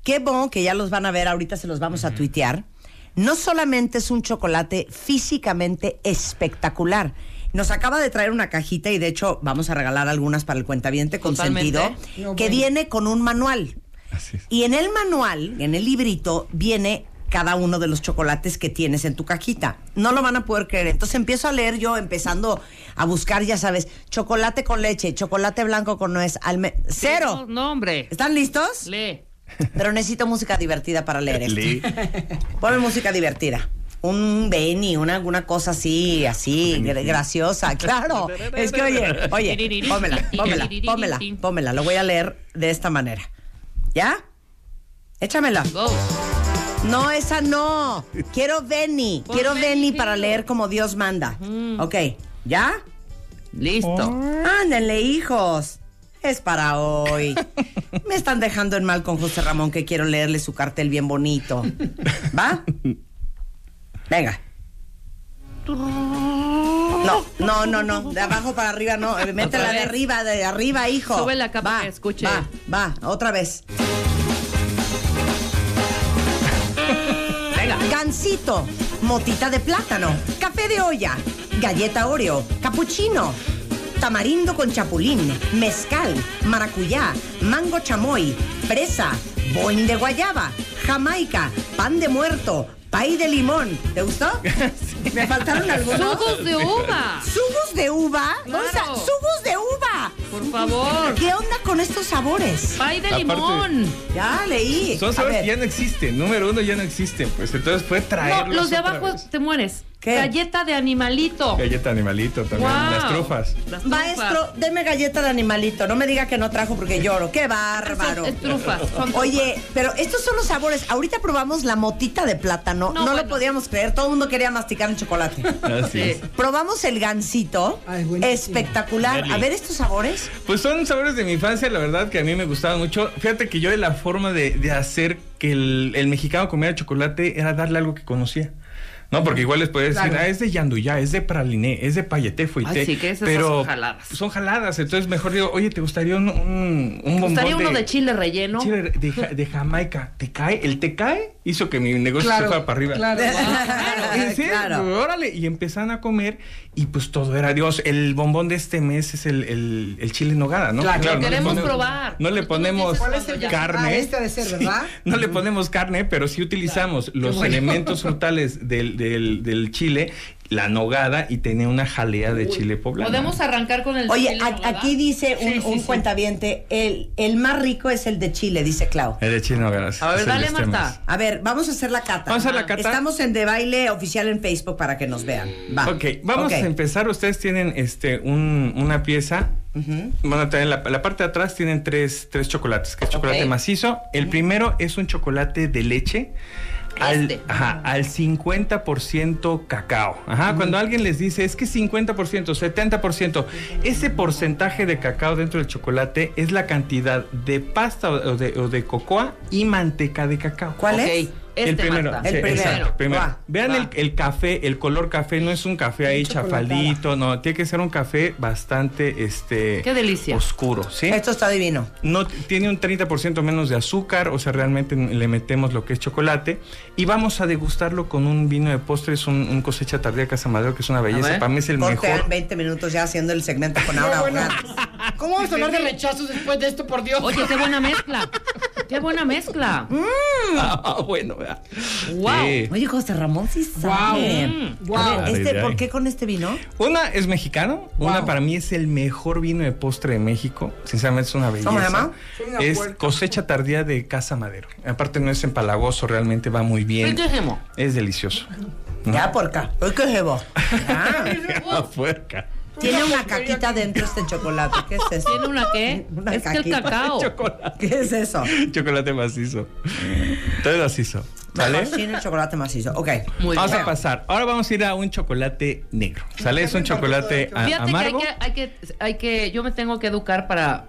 Speaker 3: qué bon que ya los van a ver, ahorita se los vamos a tuitear. No solamente es un chocolate físicamente espectacular. Nos acaba de traer una cajita y de hecho vamos a regalar algunas para el cuentaviente consentido,
Speaker 5: Totalmente.
Speaker 6: No,
Speaker 3: que
Speaker 6: bueno.
Speaker 3: viene con un manual.
Speaker 4: Así es.
Speaker 3: Y en el manual, en el librito, viene cada uno de los chocolates que tienes en tu cajita. No lo van a poder creer. Entonces empiezo a leer yo, empezando a buscar, ya sabes, chocolate con leche, chocolate blanco con nuez, alme... Cero.
Speaker 5: No, hombre.
Speaker 3: ¿Están listos?
Speaker 5: Lee.
Speaker 3: Pero necesito música divertida para leer esto.
Speaker 4: Leí.
Speaker 3: [LAUGHS] Ponme música divertida. Un Benny, una alguna cosa así, así, gra- graciosa, [LAUGHS] claro. Es que oye, oye, pómela, pómela, pómela, pómela. Lo voy a leer de esta manera. ¿Ya? Échamela.
Speaker 5: Go.
Speaker 3: No, esa no. Quiero Benny.
Speaker 5: Pon
Speaker 3: Quiero
Speaker 5: Benny,
Speaker 3: Benny
Speaker 5: quiero.
Speaker 3: para leer como Dios manda. Ok, ¿ya? Oh.
Speaker 5: Listo.
Speaker 3: Ándenle, hijos. Es para
Speaker 5: [LAUGHS]
Speaker 3: hoy. Me están dejando en mal con José Ramón que quiero leerle su cartel bien bonito. ¿Va? Venga. No, no, no, no. De abajo para arriba, no. Eh, Métela de
Speaker 5: vez.
Speaker 3: arriba, de arriba, hijo.
Speaker 5: Sube la capa
Speaker 3: Va,
Speaker 5: que escuche.
Speaker 3: Va, va, otra vez. Venga. Gansito, motita de plátano, café de olla, galleta Oreo, capuchino, tamarindo con chapulín, mezcal, maracuyá, mango chamoy, fresa, boing de guayaba, jamaica, pan de muerto, pay de limón. ¿Te gustó? Me faltaron algunos.
Speaker 5: Jugos de uva.
Speaker 3: ¿Sugus de uva?
Speaker 5: Claro.
Speaker 3: O sea, ¡Sugus de uva!
Speaker 5: Por favor.
Speaker 3: ¿Qué onda con estos sabores?
Speaker 5: Pay de
Speaker 4: Aparte-
Speaker 5: limón.
Speaker 3: Ya
Speaker 5: Eh,
Speaker 3: leí.
Speaker 4: Son
Speaker 3: A
Speaker 4: sabores
Speaker 3: ver.
Speaker 4: que ya no existen. Número uno, ya no existen. Pues entonces puede
Speaker 5: No,
Speaker 4: traerlos.
Speaker 5: los de
Speaker 4: otra
Speaker 5: abajo
Speaker 4: vez.
Speaker 5: te mueres.
Speaker 3: ¿Qué?
Speaker 5: Galleta de animalito.
Speaker 4: Galleta animalito también.
Speaker 5: Guau.
Speaker 4: Las trufas.
Speaker 5: Las trufas.
Speaker 3: Maestro, deme galleta de animalito. No me diga que no trajo porque lloro. ¡Qué bárbaro!
Speaker 4: [LAUGHS]
Speaker 5: Esas es trufas. son
Speaker 3: Oye, pero estos son los sabores. Ahorita probamos la motita de plátano. No,
Speaker 5: No,
Speaker 3: lo
Speaker 5: bueno.
Speaker 3: podíamos creer. Todo el mundo quería masticar el chocolate.
Speaker 4: [LAUGHS]
Speaker 5: trufas.
Speaker 4: Así es.
Speaker 5: Sí.
Speaker 3: probamos el gansito.
Speaker 6: Ay, buenísimo.
Speaker 3: Espectacular.
Speaker 4: Deli.
Speaker 3: A ver estos
Speaker 4: [LAUGHS]
Speaker 3: sabores.
Speaker 4: Pues son sabores de mi infancia, la verdad, que a mí me gustaban mucho. Fíjate que yo la forma de, de hacer que el, el mexicano comiera chocolate era darle algo que conocía. No, porque igual les podía decir,
Speaker 6: Claro.
Speaker 4: ah, es de yanduyá, es de praliné, es de payete fuité.
Speaker 5: Ay, sí, que esas
Speaker 4: pero
Speaker 5: son jaladas.
Speaker 4: Son jaladas, entonces mejor digo, oye, ¿te gustaría un, un, un bombón
Speaker 5: Gustaría uno de chile relleno.
Speaker 4: chile de, Ja- de Jamaica? ¿Te cae? ¿El te cae? Hizo que mi negocio se
Speaker 6: Claro,
Speaker 4: fuera para arriba.
Speaker 6: claro.
Speaker 4: Claro, en serio, órale. Y empezaron a comer y pues todo era Dios. El bombón de este mes es el, el, el chile en nogada, ¿no?
Speaker 6: Claro,
Speaker 4: no le
Speaker 5: queremos
Speaker 4: ponemos-
Speaker 5: probar.
Speaker 4: No le
Speaker 5: Tú nos dices
Speaker 4: ponemos
Speaker 5: ¿Cuál es el que-
Speaker 4: carne.
Speaker 6: Ah, este ha de ser,
Speaker 4: Sí,
Speaker 6: ¿verdad?
Speaker 4: no le ponemos carne, pero sí utilizamos los
Speaker 6: bueno.
Speaker 4: elementos frutales del, del, del chile, la nogada y tenía una jalea de chile poblano.
Speaker 5: Podemos arrancar con el
Speaker 3: Oye,
Speaker 5: chile,
Speaker 3: a-
Speaker 5: ¿verdad?
Speaker 3: aquí dice un,
Speaker 5: Sí, sí,
Speaker 3: un
Speaker 5: sí.
Speaker 3: cuentaviente, el, el más rico es el de Chile, dice Clau.
Speaker 4: El Eh, de chile en nogada.
Speaker 5: A ver,
Speaker 4: es el de
Speaker 5: dale,
Speaker 4: este
Speaker 5: Marta.
Speaker 4: mes.
Speaker 3: A ver, vamos a hacer la cata.
Speaker 4: Vamos a hacer la cata.
Speaker 3: Estamos en De Baile Oficial en Facebook para que nos vean. Va.
Speaker 4: Ok, vamos
Speaker 3: Ok.
Speaker 4: a empezar. Ustedes tienen este un- una pieza. Van a tener la, la parte de atrás tienen tres, tres chocolates, que es chocolate
Speaker 5: Ok.
Speaker 4: macizo. El primero es un chocolate de leche. Al,
Speaker 5: Este.
Speaker 4: ajá, al 50% cacao. Ajá, cuando alguien les dice es que 50%, 70%, ese porcentaje de cacao dentro del chocolate es la cantidad de pasta o o de, o de cocoa y manteca de cacao.
Speaker 3: ¿Cuál
Speaker 5: Ok,
Speaker 3: es?
Speaker 5: Este,
Speaker 4: el primero,
Speaker 5: Marta.
Speaker 3: El
Speaker 4: sí,
Speaker 3: primero.
Speaker 4: exacto, primero.
Speaker 3: Va,
Speaker 4: Vean
Speaker 5: va.
Speaker 4: el, el café, el color café, no es un café ahí chafaldito, no, tiene que ser un café bastante este
Speaker 5: Qué delicia.
Speaker 4: oscuro, ¿sí?
Speaker 3: Esto está divino.
Speaker 4: No t- tiene un 30% menos de azúcar, o sea, realmente n- le metemos lo que es chocolate y vamos a degustarlo con un vino de postres, un, un cosecha tardía Casamadero que es una belleza,
Speaker 5: ver.
Speaker 4: para mí es el
Speaker 3: Corte
Speaker 4: mejor.
Speaker 3: 20 minutos ya haciendo el segmento con
Speaker 6: No,
Speaker 3: Aura
Speaker 6: bueno.
Speaker 3: Hogar.
Speaker 6: Ah, ¿Cómo vamos a hablar de rechazos después de esto, por Dios?
Speaker 5: Oye, qué buena mezcla. Qué buena mezcla.
Speaker 4: [LAUGHS] Ah, bueno, vea.
Speaker 5: Wow.
Speaker 4: Sí.
Speaker 3: Oye, José Ramón sí
Speaker 6: Guau.
Speaker 3: sabe.
Speaker 5: Mm.
Speaker 6: Guau.
Speaker 3: A ver, este,
Speaker 4: Ay, ay.
Speaker 3: ¿Por qué con este vino?
Speaker 4: Una es mexicano, una
Speaker 6: Wow.
Speaker 4: para mí es el mejor vino de postre de México. Sinceramente es una belleza.
Speaker 3: ¿Cómo se llama?
Speaker 4: Es cosecha tardía de Casa Madero. Aparte no es empalagoso, realmente va muy bien.
Speaker 5: Riquísimo.
Speaker 4: Es delicioso. [LAUGHS]
Speaker 3: Ya, porca. Oye, qué jebo. Ah,
Speaker 5: [LAUGHS]
Speaker 4: Puerca.
Speaker 3: tiene una caquita dentro este chocolate. ¿Qué es eso?
Speaker 5: ¿Tiene una qué?
Speaker 3: [LAUGHS] Una
Speaker 5: es que el
Speaker 3: caquita.
Speaker 5: cacao.
Speaker 4: Chocolate.
Speaker 3: ¿Qué es eso?
Speaker 4: Chocolate macizo. Todo macizo. ¿Sale?
Speaker 3: Mejor Tiene chocolate macizo. Ok.
Speaker 5: Muy
Speaker 4: Vamos
Speaker 5: bien.
Speaker 4: a pasar. Ahora vamos a ir a un chocolate negro. ¿Sale? Es un chocolate a-
Speaker 5: Fíjate que hay,
Speaker 4: amargo.
Speaker 5: que hay que hay que yo me tengo que educar para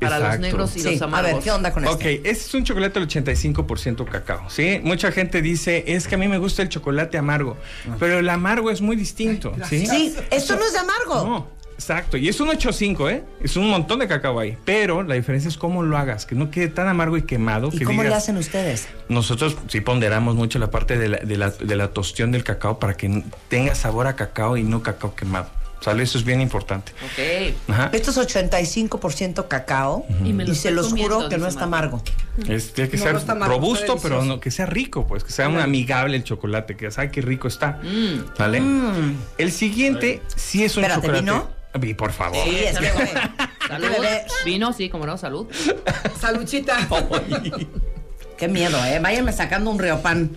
Speaker 5: para los
Speaker 4: Exacto.
Speaker 5: negros y
Speaker 3: Sí,
Speaker 5: los
Speaker 3: a
Speaker 5: amargos.
Speaker 3: ver, ¿qué onda con
Speaker 4: Ok,
Speaker 3: este?
Speaker 4: este es un chocolate al 85% cacao, ¿sí? Mucha gente dice, es que a mí me gusta el chocolate amargo,
Speaker 3: Ah.
Speaker 4: pero el amargo es muy distinto, ¿sí?
Speaker 3: Sí, esto no es de amargo.
Speaker 4: No, exacto, y es un 8.5, ¿eh? Es un montón de cacao ahí, pero la diferencia es cómo lo hagas, que no quede tan amargo y quemado.
Speaker 3: ¿Y
Speaker 4: que
Speaker 3: cómo le
Speaker 4: digas,
Speaker 3: hacen ustedes?
Speaker 4: Nosotros sí ponderamos mucho la parte de la, de la- de la tostión del cacao para que n- tenga sabor a cacao y no cacao quemado, ¿sale? Eso es bien importante.
Speaker 5: Ok.
Speaker 4: Ajá.
Speaker 3: Esto es 85% cacao y,
Speaker 5: Y me lo
Speaker 3: se
Speaker 5: estoy
Speaker 3: los juro
Speaker 5: comiendo,
Speaker 3: que no
Speaker 5: dice
Speaker 3: está
Speaker 5: Marta.
Speaker 3: amargo.
Speaker 4: Es, tiene que
Speaker 6: No,
Speaker 4: ser
Speaker 6: no está mal, está
Speaker 4: robusto,
Speaker 6: delicioso.
Speaker 4: pero no, que sea rico, pues, que sea un amigable el chocolate, que ya sabe qué rico está.
Speaker 6: Mm.
Speaker 4: ¿Vale? El siguiente sí es un
Speaker 3: Espérate,
Speaker 4: chocolate.
Speaker 3: ¿vino?
Speaker 4: Vi, por favor.
Speaker 3: Sí, es que,
Speaker 5: salud.
Speaker 3: [LAUGHS] güey.
Speaker 5: Salud.
Speaker 3: Bebé.
Speaker 5: Vino, sí, como no, salud.
Speaker 6: Saluchita.
Speaker 3: Qué miedo, ¿eh? Váyanme sacando un riopan.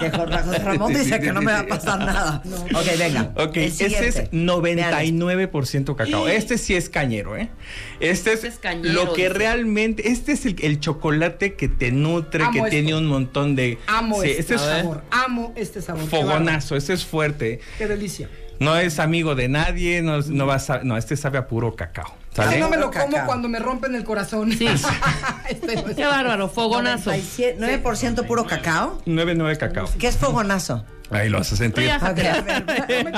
Speaker 3: que Jorge José Ramón dice que no me va a pasar nada. Ok, venga.
Speaker 4: Ok,
Speaker 3: El
Speaker 4: este es
Speaker 3: siguiente.
Speaker 4: 99% cacao. Este sí es cañero, ¿eh? Este es,
Speaker 5: Este es cañero,
Speaker 4: lo que
Speaker 5: dice.
Speaker 4: realmente. Este es el, el chocolate que te nutre,
Speaker 6: Amo
Speaker 4: que
Speaker 6: esto.
Speaker 4: tiene un montón de.
Speaker 6: Amo
Speaker 4: Sí,
Speaker 6: este,
Speaker 4: este es
Speaker 6: sabor. Amo este sabor. qué bárbaro.
Speaker 4: fogonazo, este es fuerte.
Speaker 6: Qué delicia.
Speaker 4: No es amigo de nadie, no, es- no va a sa- No, este sabe a puro cacao. ¿sale?
Speaker 6: Este no me lo
Speaker 3: Cacao.
Speaker 6: como cuando me rompen el corazón.
Speaker 5: Sí.
Speaker 6: [LAUGHS] Este no es-
Speaker 5: Qué bárbaro, fogonazo.
Speaker 3: 97, 9% puro cacao.
Speaker 4: 99 cacao.
Speaker 3: ¿Qué es fogonazo?
Speaker 4: Ahí lo vas a
Speaker 5: Tú
Speaker 4: sentir.
Speaker 5: ya [LAUGHS]
Speaker 3: Ok, a
Speaker 5: sácatela.
Speaker 3: ver.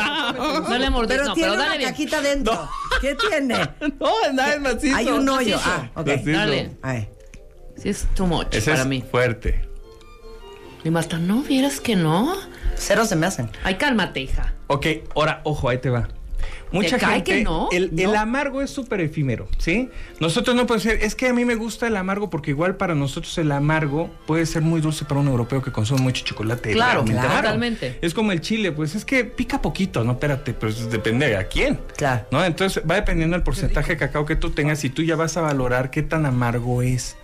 Speaker 5: No le mordí,
Speaker 3: Pero
Speaker 5: no,
Speaker 3: tiene
Speaker 5: pero
Speaker 3: una
Speaker 5: dale bien.
Speaker 3: caquita dentro. ¿Qué tiene?
Speaker 4: No, nada es macizo.
Speaker 3: Hay un hoyo. Ah, ok.
Speaker 4: Macizo.
Speaker 5: Dale.
Speaker 3: A ver.
Speaker 5: Sí, es too much
Speaker 4: Ese
Speaker 5: para
Speaker 4: es
Speaker 5: mí.
Speaker 4: fuerte.
Speaker 5: Mi Marta, ¿no vieras que no?
Speaker 3: Cero se me hacen.
Speaker 5: Ay, cálmate, hija.
Speaker 4: Ok, ahora, ojo, ahí te va. Mucha
Speaker 5: cae
Speaker 4: gente,
Speaker 5: que no?
Speaker 4: El,
Speaker 5: No.
Speaker 4: el amargo es súper efímero, ¿sí? Nosotros no podemos decir, es que a mí me gusta el amargo, porque igual para nosotros el amargo puede ser muy dulce para un europeo que consume mucho chocolate.
Speaker 5: Claro,
Speaker 4: realmente
Speaker 5: claro.
Speaker 4: amargo.
Speaker 5: Totalmente.
Speaker 4: Es como el chile, pues es que pica poquito, ¿no? Espérate, pues depende de a quién.
Speaker 3: Claro.
Speaker 4: ¿No? Entonces va dependiendo del porcentaje de cacao que tú tengas y tú ya vas a valorar qué tan amargo es.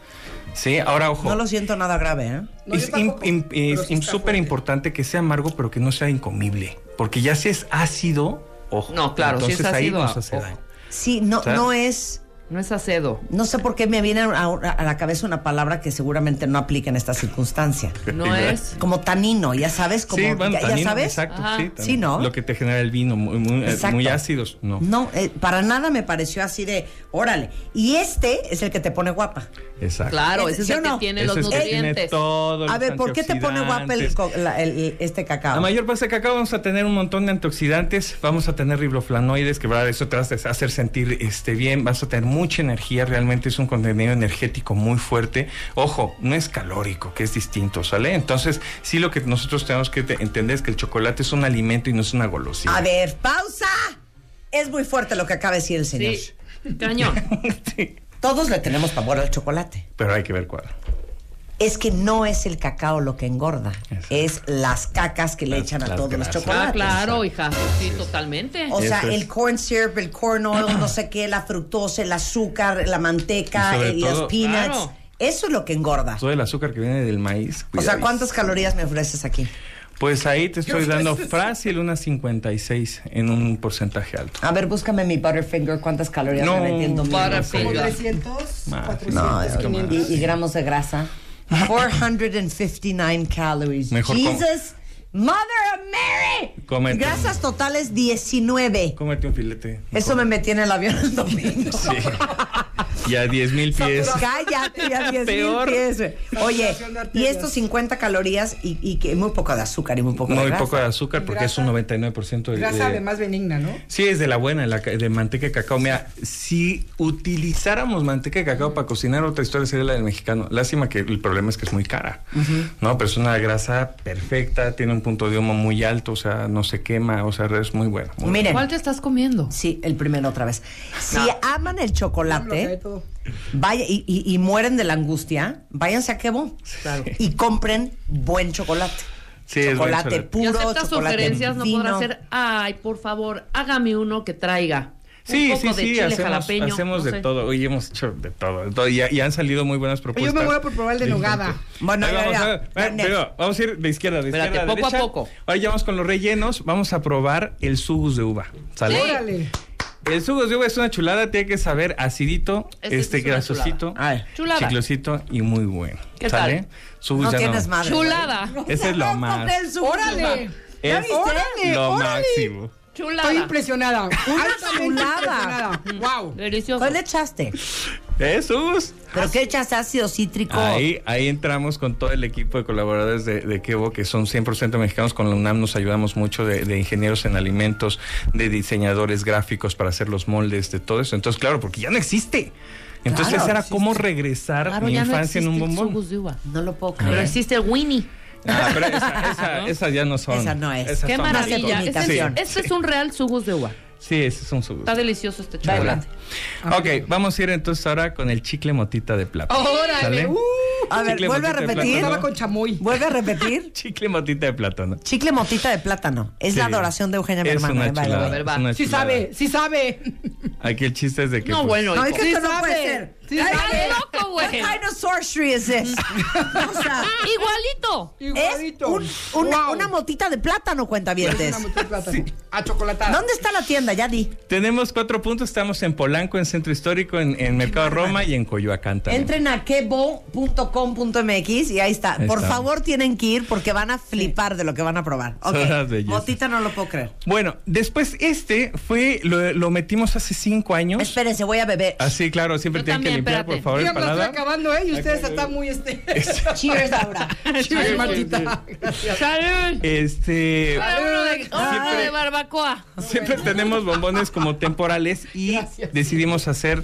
Speaker 4: Sí, ahora ojo.
Speaker 3: No lo siento nada grave, ¿eh?
Speaker 6: No, yo
Speaker 4: Es im-
Speaker 6: tampoco,
Speaker 4: im-
Speaker 6: pero
Speaker 4: es
Speaker 6: sí
Speaker 4: im-
Speaker 6: está
Speaker 4: súper
Speaker 6: fuerte.
Speaker 4: importante que sea amargo, pero que no sea incomible. Porque ya si es ácido, ojo.
Speaker 5: No, claro, si es
Speaker 4: entonces ahí
Speaker 5: ácido,
Speaker 4: nos hace
Speaker 5: ojo.
Speaker 4: daño.
Speaker 3: Sí, no,
Speaker 4: ¿Sabes?
Speaker 3: no es.
Speaker 5: No es acedo.
Speaker 3: No sé por qué me viene a, a la cabeza una palabra que seguramente no aplica en esta circunstancia.
Speaker 4: [LAUGHS]
Speaker 5: No es.
Speaker 3: Como tanino, ya sabes, como
Speaker 4: sí, bueno,
Speaker 3: ya, ya
Speaker 4: tanino,
Speaker 3: sabes.
Speaker 4: Exacto,
Speaker 5: Ajá.
Speaker 4: sí, tan-
Speaker 3: Sí, ¿no?
Speaker 4: Lo que te genera el vino, muy, muy, eh,
Speaker 3: Exacto.
Speaker 4: muy ácidos, no.
Speaker 3: No, eh, para nada me pareció así de, órale. Y este es el que te pone guapa.
Speaker 4: Exacto.
Speaker 5: Claro, ese es
Speaker 3: ¿Sí o
Speaker 5: el que
Speaker 3: no?
Speaker 5: tiene
Speaker 4: Ese
Speaker 5: los
Speaker 4: es que tiene
Speaker 5: nutrientes.
Speaker 4: todo
Speaker 3: A
Speaker 4: los
Speaker 3: ver, ¿por qué te pone guapa el,
Speaker 4: antioxidantes.
Speaker 3: co- la- el- este
Speaker 4: A
Speaker 3: cacao?
Speaker 4: mayor base de cacao vamos a tener un montón de antioxidantes, vamos a tener riboflanoides, que ¿verdad? eso te va a hacer sentir este, bien, vas a tener mucha energía, realmente es un contenido energético muy fuerte. Ojo, no es calórico, que es distinto, ¿sale? Entonces, sí lo que nosotros tenemos que te- entender es que el chocolate es un alimento y no es una golosina.
Speaker 3: A ver, pausa. Es muy fuerte lo que acaba de decir el señor.
Speaker 5: Sí, cañón.
Speaker 4: [LAUGHS] Sí,
Speaker 3: Todos le tenemos pavor al chocolate.
Speaker 4: Pero hay que ver cuál.
Speaker 3: Es que no es el cacao lo que engorda,
Speaker 4: Exacto.
Speaker 3: es las cacas que le
Speaker 4: Las-
Speaker 3: echan a
Speaker 4: las
Speaker 3: todos los
Speaker 4: grasas.
Speaker 3: chocolates.
Speaker 5: Ah, claro, hija. Sí, totalmente.
Speaker 3: O sea,
Speaker 4: Eso es.
Speaker 3: el corn syrup, el corn oil, no sé qué, la fructosa, el azúcar, la
Speaker 4: Y
Speaker 3: manteca,
Speaker 4: sobre
Speaker 3: el- los
Speaker 4: todo-
Speaker 3: peanuts.
Speaker 5: Claro.
Speaker 3: Eso es lo que engorda.
Speaker 4: Todo el azúcar que viene del
Speaker 3: O
Speaker 4: maíz.
Speaker 3: sea,
Speaker 4: cuidadis.
Speaker 3: ¿cuántas calorías me ofreces aquí?
Speaker 4: Pues ahí te estoy
Speaker 6: Yo-
Speaker 4: dando fácil unas 56 en un porcentaje alto.
Speaker 3: A ver, búscame mi Butterfinger, ¿cuántas calorías
Speaker 4: No,
Speaker 3: me metiendo?
Speaker 6: Como
Speaker 5: Butterfinger.
Speaker 6: 300,
Speaker 4: Más,
Speaker 6: 400,
Speaker 3: No,
Speaker 4: es que
Speaker 6: 500.
Speaker 3: y, y gramos de grasa. 459 calories.
Speaker 4: Mejor como-
Speaker 3: Jesus, Mother of Mary.
Speaker 4: Cómete.
Speaker 3: Grasas totales 19.
Speaker 4: Cómete un filete.
Speaker 3: Eso me metí en el avión
Speaker 4: [LAUGHS]
Speaker 3: el domingo.
Speaker 4: Y a 10 mil pies.
Speaker 3: Cállate, ya 10
Speaker 4: Peor.
Speaker 3: pies, güey. Oye,
Speaker 6: Saturación de
Speaker 3: y
Speaker 6: arterias.
Speaker 3: estos 50 calorías y, y que muy poco de azúcar y muy poco de
Speaker 4: Muy
Speaker 3: grasa.
Speaker 4: poco de azúcar porque
Speaker 6: Grasa-
Speaker 4: es un 99% de,
Speaker 6: Grasa
Speaker 4: de-
Speaker 6: además benigna, ¿no?
Speaker 4: Sí, es de la buena, la ca- de manteca de cacao. Mira, si utilizáramos manteca de cacao para cocinar, otra historia sería la del mexicano. Lástima que el problema es que es muy cara, ¿no? Pero es una grasa perfecta, tiene un punto de humo muy alto, o sea, no se quema, o sea, es muy buena. muy
Speaker 3: Miren,
Speaker 5: ¿Cuál te estás comiendo?
Speaker 3: sí, el primero otra vez. Si
Speaker 5: No.
Speaker 3: aman el
Speaker 6: Lo que hay
Speaker 3: chocolate,
Speaker 6: todo.
Speaker 3: vaya y, y- y mueren de la angustia, váyanse a Quebo
Speaker 5: Claro.
Speaker 3: y compren buen chocolate.
Speaker 4: Sí, es buen
Speaker 3: chocolate
Speaker 4: chocolate.
Speaker 5: Y
Speaker 3: puro,
Speaker 5: aceptas
Speaker 3: chocolate
Speaker 5: sugerencias, no
Speaker 3: fino.
Speaker 5: podrá ser. Ay, por favor, hágame uno que traiga. Un
Speaker 4: Sí,
Speaker 5: poco
Speaker 4: sí,
Speaker 5: de
Speaker 4: sí,
Speaker 5: chile
Speaker 4: hacemos,
Speaker 5: jalapeño,
Speaker 4: hacemos
Speaker 5: no
Speaker 4: de
Speaker 5: sé.
Speaker 4: todo. Hoy hemos hecho de todo. de todo, y, y han salido muy buenas
Speaker 6: Yo
Speaker 4: propuestas.
Speaker 6: me muero por probar el de nogada. eh,
Speaker 3: Bueno,
Speaker 4: Ahí
Speaker 3: ya,
Speaker 4: vamos,
Speaker 3: ya.
Speaker 4: a, ver,
Speaker 3: Next.
Speaker 4: digo, vamos a ir de izquierda, de
Speaker 5: Espérate,
Speaker 4: izquierda
Speaker 5: poco a
Speaker 4: derecha.
Speaker 5: poco.
Speaker 4: Ahora ya vamos con los rellenos. Vamos a probar el sugus de uva. ¿Sale?
Speaker 5: Sí.
Speaker 6: Órale.
Speaker 4: El sugus de uva es una chulada. Tiene que saber acidito,
Speaker 5: Este sí
Speaker 4: este
Speaker 5: es una
Speaker 4: grasosito,
Speaker 3: chulada. Ay.
Speaker 5: Chulada.
Speaker 4: chiclosito y muy bueno.
Speaker 5: ¿Qué
Speaker 4: ¿Sale?
Speaker 5: tal?
Speaker 4: Sugus
Speaker 3: No
Speaker 4: ya
Speaker 3: tienes madre. güey.
Speaker 5: Chulada.
Speaker 4: Ese
Speaker 6: [LAUGHS]
Speaker 4: es lo más.
Speaker 6: Órale.
Speaker 3: ¿Ya
Speaker 4: Es
Speaker 3: viste?
Speaker 4: lo
Speaker 6: órale.
Speaker 4: máximo.
Speaker 5: Chulada.
Speaker 6: Estoy impresionada. Altamente
Speaker 3: chulada.
Speaker 6: impresionada. Wow.
Speaker 5: Delicioso.
Speaker 3: ¿Cuál le echaste?
Speaker 4: ¿Es ¿Eh, sugus?
Speaker 3: ¿Pero qué echaste ácido cítrico?
Speaker 4: Ahí, ahí entramos con todo el equipo de colaboradores de, de Kevo, que son 100% mexicanos. Con la UNAM nos ayudamos mucho de, de ingenieros en alimentos, de diseñadores gráficos para hacer los moldes, de todo eso. Entonces, claro, porque ya no existe. Entonces
Speaker 3: Claro,
Speaker 4: era
Speaker 3: existe.
Speaker 4: cómo regresar
Speaker 5: Claro,
Speaker 4: mi
Speaker 5: ya no
Speaker 4: infancia en un
Speaker 5: existe el
Speaker 4: bombón.
Speaker 5: sugus de uva.
Speaker 3: No lo puedo creer.
Speaker 5: Pero existe el Winnie.
Speaker 4: Ah,
Speaker 5: [LAUGHS]
Speaker 4: pero esa, esa- esas ya no son.
Speaker 3: Esa no es.
Speaker 4: esas
Speaker 5: Qué
Speaker 4: son-
Speaker 5: maravilla.
Speaker 3: Esa
Speaker 5: Este,
Speaker 3: es
Speaker 5: es-
Speaker 3: imitación.
Speaker 5: este es un real sugus de uva.
Speaker 4: Sí, ese es un sub.
Speaker 5: Está delicioso este chocolate.
Speaker 4: Ok, vamos a ir entonces ahora con el chicle motita de plátano.
Speaker 5: Órale,
Speaker 4: ¿Sale?
Speaker 5: uh.
Speaker 3: A ver,
Speaker 4: Chicle
Speaker 3: vuelve a
Speaker 4: motita de
Speaker 3: repetir.
Speaker 4: plátano.
Speaker 6: Estaba con chamoy.
Speaker 3: Vuelve a repetir.
Speaker 4: Chicle motita de plátano.
Speaker 3: Chicle motita de plátano. Es la
Speaker 4: Sí.
Speaker 3: adoración de Eugenia, mi
Speaker 4: Es
Speaker 3: hermana.
Speaker 4: una
Speaker 3: ¿eh? Vale,
Speaker 4: chulada,
Speaker 3: vale.
Speaker 5: ver, va.
Speaker 4: es una
Speaker 6: Sí
Speaker 4: chulada.
Speaker 6: sabe, sí sabe.
Speaker 4: Aquí el chiste es de que.
Speaker 5: No,
Speaker 4: pues,
Speaker 5: bueno.
Speaker 3: No,
Speaker 5: hijo.
Speaker 3: es que
Speaker 6: Sí
Speaker 3: esto no
Speaker 6: sabe.
Speaker 3: puede ser.
Speaker 6: Sí
Speaker 3: Ay,
Speaker 6: sabe.
Speaker 3: ¿Qué
Speaker 5: loco, güey.
Speaker 3: kind of source luxury es this?
Speaker 6: [LAUGHS]
Speaker 3: O sea,
Speaker 5: Ah,
Speaker 7: Igualito.
Speaker 3: es
Speaker 6: Igualito.
Speaker 3: un- una,
Speaker 6: Wow.
Speaker 3: una motita de plátano, cuenta
Speaker 6: Una motita de plátano. A chocolatada.
Speaker 3: ¿Dónde está la tienda? Ya di.
Speaker 4: Tenemos cuatro puntos, estamos en Polanco, en Centro Histórico, en, en Mercado Roma y en Coyoacán también.
Speaker 3: Entren a kebo.com.mx y ahí está.
Speaker 4: Ahí
Speaker 3: Por
Speaker 4: está.
Speaker 3: favor, tienen que ir porque van a flipar de lo que van a probar. Ok.
Speaker 4: Son las bellezas.
Speaker 3: Motita no lo puedo creer.
Speaker 4: Bueno, después este fue, lo, lo metimos hace cinco años.
Speaker 3: Espérense, voy a beber.
Speaker 4: Así, claro, siempre
Speaker 7: Yo
Speaker 4: tienen que
Speaker 7: también,
Speaker 4: limpiar,
Speaker 7: espérate.
Speaker 4: por favor,
Speaker 6: Yo
Speaker 4: el
Speaker 6: me la estoy
Speaker 4: paladar.
Speaker 6: acabando, ¿eh? Y ustedes están
Speaker 4: [LAUGHS]
Speaker 6: muy este. [LAUGHS]
Speaker 3: Cheers ahora.
Speaker 6: Chivas, Martita.
Speaker 7: Salud.
Speaker 4: Este,
Speaker 7: Uno de,
Speaker 5: Ah,
Speaker 7: uno de barbacoa.
Speaker 4: siempre tenemos bombones como temporales y
Speaker 6: Gracias.
Speaker 4: decidimos hacer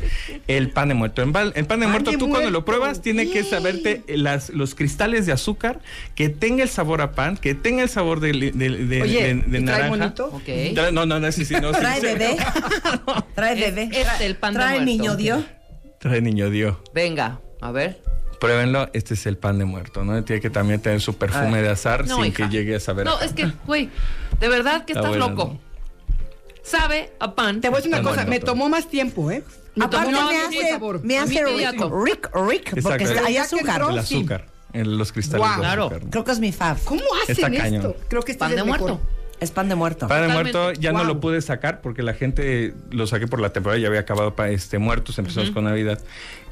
Speaker 4: el pan de muerto. En bal- El pan de muerto,
Speaker 6: de
Speaker 4: tú cuando
Speaker 6: muerto.
Speaker 4: lo pruebas, tiene que saberte las, los cristales de azúcar, que tenga el sabor a pan, que tenga el sabor de, li- de- de- de-
Speaker 6: Oye,
Speaker 4: de
Speaker 6: ¿y trae
Speaker 4: naranja.
Speaker 6: bonito?
Speaker 5: Ok.
Speaker 4: Tra- No, no, no, sí, sí, no. sí,
Speaker 3: Trae
Speaker 4: sí.
Speaker 3: bebé. [LAUGHS] Trae bebé.
Speaker 5: Este, el pan de
Speaker 3: Trae
Speaker 5: muerto.
Speaker 3: niño Dios.
Speaker 4: Trae niño Dios.
Speaker 5: Venga, a ver.
Speaker 4: Pruébenlo, este es el pan de muerto, ¿no? Tiene que también tener su perfume de azar
Speaker 5: No,
Speaker 4: sin
Speaker 5: hija.
Speaker 4: que llegue a saber.
Speaker 5: No, es que, güey, de verdad que
Speaker 4: Está
Speaker 5: estás
Speaker 4: buena, ¿no?
Speaker 5: loco. Sabe a pan.
Speaker 6: Te voy a decir una
Speaker 4: Está
Speaker 6: cosa,
Speaker 4: bueno.
Speaker 6: me tomó más tiempo, ¿eh? Me tomó
Speaker 3: Aparte
Speaker 5: no,
Speaker 6: más
Speaker 3: me
Speaker 5: a mí sí,
Speaker 3: hace,
Speaker 6: sabor.
Speaker 3: me
Speaker 5: A mí
Speaker 3: hace rick,
Speaker 5: inmediato.
Speaker 3: rick, rick, porque
Speaker 4: Exacto.
Speaker 3: hay
Speaker 6: Ya que
Speaker 3: azúcar.
Speaker 6: entró,
Speaker 4: el azúcar, en los cristales
Speaker 6: Guau.
Speaker 4: de
Speaker 5: Claro.
Speaker 4: azúcar.
Speaker 3: Creo que es mi fav.
Speaker 6: ¿Cómo
Speaker 4: Está
Speaker 6: hacen
Speaker 4: cañón.
Speaker 6: esto? Creo que este
Speaker 5: Pan
Speaker 6: es
Speaker 5: de
Speaker 6: el
Speaker 5: muerto.
Speaker 6: mejor.
Speaker 3: Es pan de muerto.
Speaker 4: Pan de
Speaker 5: Totalmente.
Speaker 4: muerto ya no
Speaker 6: Guau.
Speaker 4: lo pude sacar porque la gente lo saqué por la temporada, ya había acabado pa- este muertos, empezamos con Navidad.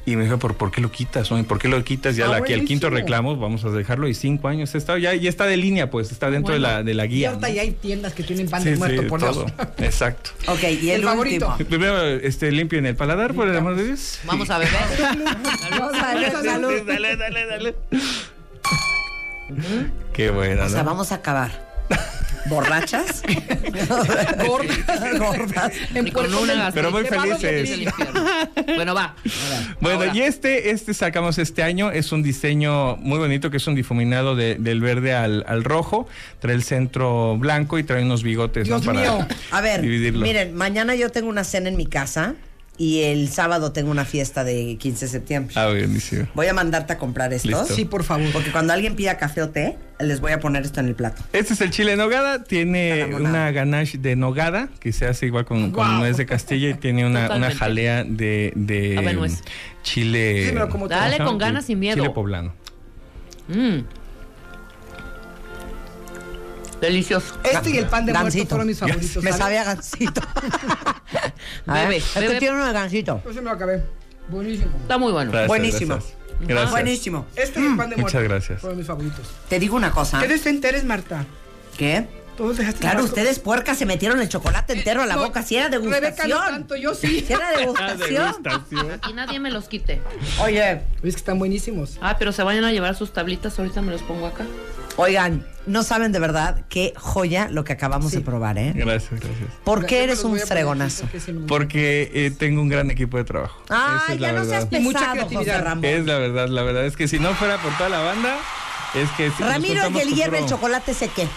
Speaker 4: Y me dijo, ¿por, por qué lo quitas? no? ¿Y por qué lo quitas? Ya
Speaker 6: Ah,
Speaker 4: la- aquí el quinto
Speaker 6: buenísimo.
Speaker 4: reclamo, vamos a dejarlo. Y cinco años está, ya, ya está de línea, pues, está dentro de, la, de la
Speaker 6: Y
Speaker 4: guía.
Speaker 6: ahorita
Speaker 4: ¿no?
Speaker 6: ya hay tiendas que tienen pan
Speaker 4: Sí,
Speaker 6: de
Speaker 4: sí,
Speaker 6: muerto, por [LAUGHS]
Speaker 4: todo.
Speaker 6: Dios.
Speaker 4: Exacto.
Speaker 3: Ok, y el,
Speaker 6: El favorito.
Speaker 3: último.
Speaker 4: Primero, este, limpien el paladar, por el amor de Dios.
Speaker 5: Vamos a beber.
Speaker 3: Vamos a ver,
Speaker 6: Salud.
Speaker 3: salud.
Speaker 4: Dale, dale, dale. Qué buena,
Speaker 3: O sea,
Speaker 4: ¿no?
Speaker 3: vamos a
Speaker 4: [LAUGHS]
Speaker 3: acabar. ¿Borrachas?
Speaker 6: [LAUGHS] Gordas.
Speaker 3: Gordas.
Speaker 5: Y con
Speaker 6: Puerto
Speaker 5: una
Speaker 6: Rico.
Speaker 4: Pero muy
Speaker 6: Llevado
Speaker 4: felices.
Speaker 6: bien.
Speaker 5: del infierno. [LAUGHS] Bueno, va.
Speaker 4: Bueno,
Speaker 5: Ahora.
Speaker 4: y este, este sacamos este año, es un diseño muy bonito que es un difuminado de- del verde al, al rojo, trae el centro blanco y trae unos bigotes.
Speaker 6: Dios mío.
Speaker 3: A ver,
Speaker 4: dividirlo.
Speaker 3: miren, mañana yo tengo una cena en mi casa y el sábado tengo una fiesta de 15 de septiembre.
Speaker 4: Ah, buenísimo.
Speaker 3: Voy a mandarte a comprar estos.
Speaker 4: Listo.
Speaker 6: Sí, por favor.
Speaker 3: Porque cuando alguien pida café o té, les voy a poner esto en el plato.
Speaker 4: Este es el chile en nogada, tiene
Speaker 3: Para la monada.
Speaker 4: una ganache de nogada que se hace igual con, con
Speaker 6: Guau.
Speaker 4: nuez de Castilla y tiene una, una
Speaker 5: Totalmente.
Speaker 4: jalea de, de
Speaker 5: A ver, nuez.
Speaker 4: chile.
Speaker 6: Dímelo como tú.
Speaker 5: Dale
Speaker 4: Ajá,
Speaker 5: con ganas y miedo.
Speaker 4: Chile poblano.
Speaker 5: Mm. Delicioso.
Speaker 6: Este y el pan de muerto
Speaker 3: Gansito.
Speaker 6: fueron mis favoritos.
Speaker 3: Me
Speaker 6: ¿sabes?
Speaker 3: sabe a
Speaker 6: [LAUGHS]
Speaker 3: gansito. A ver,
Speaker 5: Bebe,
Speaker 3: es
Speaker 5: bebe.
Speaker 3: que tiene uno de gansito.
Speaker 6: Yo se me lo acabé. Buenísimo.
Speaker 5: Está muy bueno.
Speaker 4: Gracias,
Speaker 3: Buenísimo.
Speaker 4: Gracias. Gracias.
Speaker 3: Buenísimo.
Speaker 6: Este y el pan de
Speaker 4: muchas
Speaker 6: muerto.
Speaker 4: gracias.
Speaker 6: Fueron mis favoritos.
Speaker 3: Te digo una cosa.
Speaker 6: ¿Qué decente eres, Marta?
Speaker 3: ¿Qué?
Speaker 6: Todos dejaste
Speaker 3: Ah. Claro,
Speaker 6: más-
Speaker 3: ustedes puercas se metieron el chocolate entero a la
Speaker 6: Eh, No,
Speaker 3: boca. Si era
Speaker 6: Rebeca no
Speaker 3: degustación.
Speaker 6: tanto, yo sí. [LAUGHS]
Speaker 3: Si era
Speaker 4: Ah,
Speaker 3: degustación.
Speaker 4: degustación.
Speaker 5: Y nadie me los quite.
Speaker 3: Oye,
Speaker 6: Es que están buenísimos.
Speaker 5: Ah, pero se vayan a llevar sus tablitas. Ahorita me los pongo acá.
Speaker 3: oigan, no saben de verdad qué joya lo que acabamos
Speaker 6: Sí.
Speaker 3: de probar, ¿eh?
Speaker 4: Gracias, gracias.
Speaker 3: ¿Por
Speaker 6: Yo
Speaker 3: qué
Speaker 6: me
Speaker 3: eres
Speaker 6: los
Speaker 3: un
Speaker 6: voy a poner
Speaker 3: fregonazo?
Speaker 6: aquí porque sí me gusta.
Speaker 4: Porque eh, tengo un gran equipo de trabajo. Esa
Speaker 3: Ay,
Speaker 4: es la
Speaker 3: Ah, ya no seas
Speaker 4: verdad.
Speaker 6: Y mucha
Speaker 3: pesado, José
Speaker 6: creatividad.
Speaker 3: Ramón.
Speaker 4: Es la verdad, la verdad es que si no fuera por toda la banda, es que... si nos
Speaker 3: Ramiro y
Speaker 4: juntamos
Speaker 3: el
Speaker 4: con
Speaker 3: hierro,
Speaker 4: puro-
Speaker 3: el chocolate sé
Speaker 4: [LAUGHS]
Speaker 3: qué.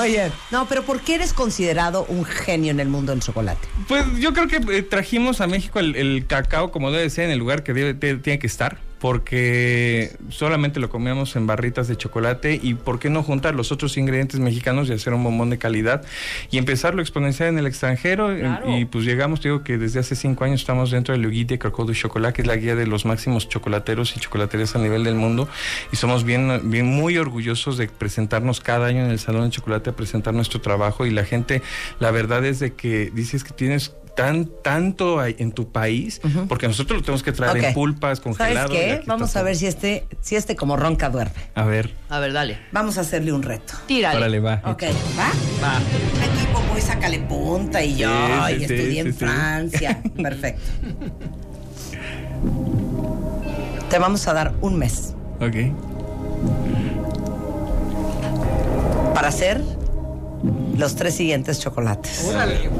Speaker 3: Oye, no, pero ¿por qué eres considerado un genio en el mundo del chocolate?
Speaker 4: Pues yo creo que eh, trajimos a México el, el cacao como debe ser, en el lugar que debe- te- tiene que estar, porque solamente lo comíamos en barritas de chocolate y por qué no juntar los otros ingredientes mexicanos y hacer un bombón de calidad y empezarlo a exponenciar en el extranjero. eh,
Speaker 5: Claro.
Speaker 4: Y pues llegamos, te digo que desde hace cinco años estamos dentro del Guía de Cacao de Chocolate, que es la guía de los máximos chocolateros y chocolaterías a nivel del mundo. Y somos bien, bien muy orgullosos de presentarnos cada año en el Salón de Chocolate a presentar nuestro trabajo. Y la gente, la verdad es de que dices que tienes tan tanto ahí en tu país, porque nosotros lo tenemos que traer
Speaker 3: Ok.
Speaker 4: en pulpas, congelados.
Speaker 3: ¿Sabes qué? Vamos a ver si este, si este como ronca duerme.
Speaker 4: A ver,
Speaker 5: A ver, dale.
Speaker 3: Vamos a hacerle un reto.
Speaker 5: Tírale.
Speaker 4: órale, va.
Speaker 3: Ok, ¿va?
Speaker 5: Va.
Speaker 3: Un equipo, pues sácale punta y yo,
Speaker 4: Sí, sí,
Speaker 3: y
Speaker 4: sí,
Speaker 3: estudié
Speaker 4: sí,
Speaker 3: en
Speaker 4: sí. [LAUGHS]
Speaker 3: Francia. Perfecto. Te vamos a dar un mes
Speaker 4: Ok.
Speaker 3: para hacer los tres siguientes chocolates.
Speaker 6: Órale.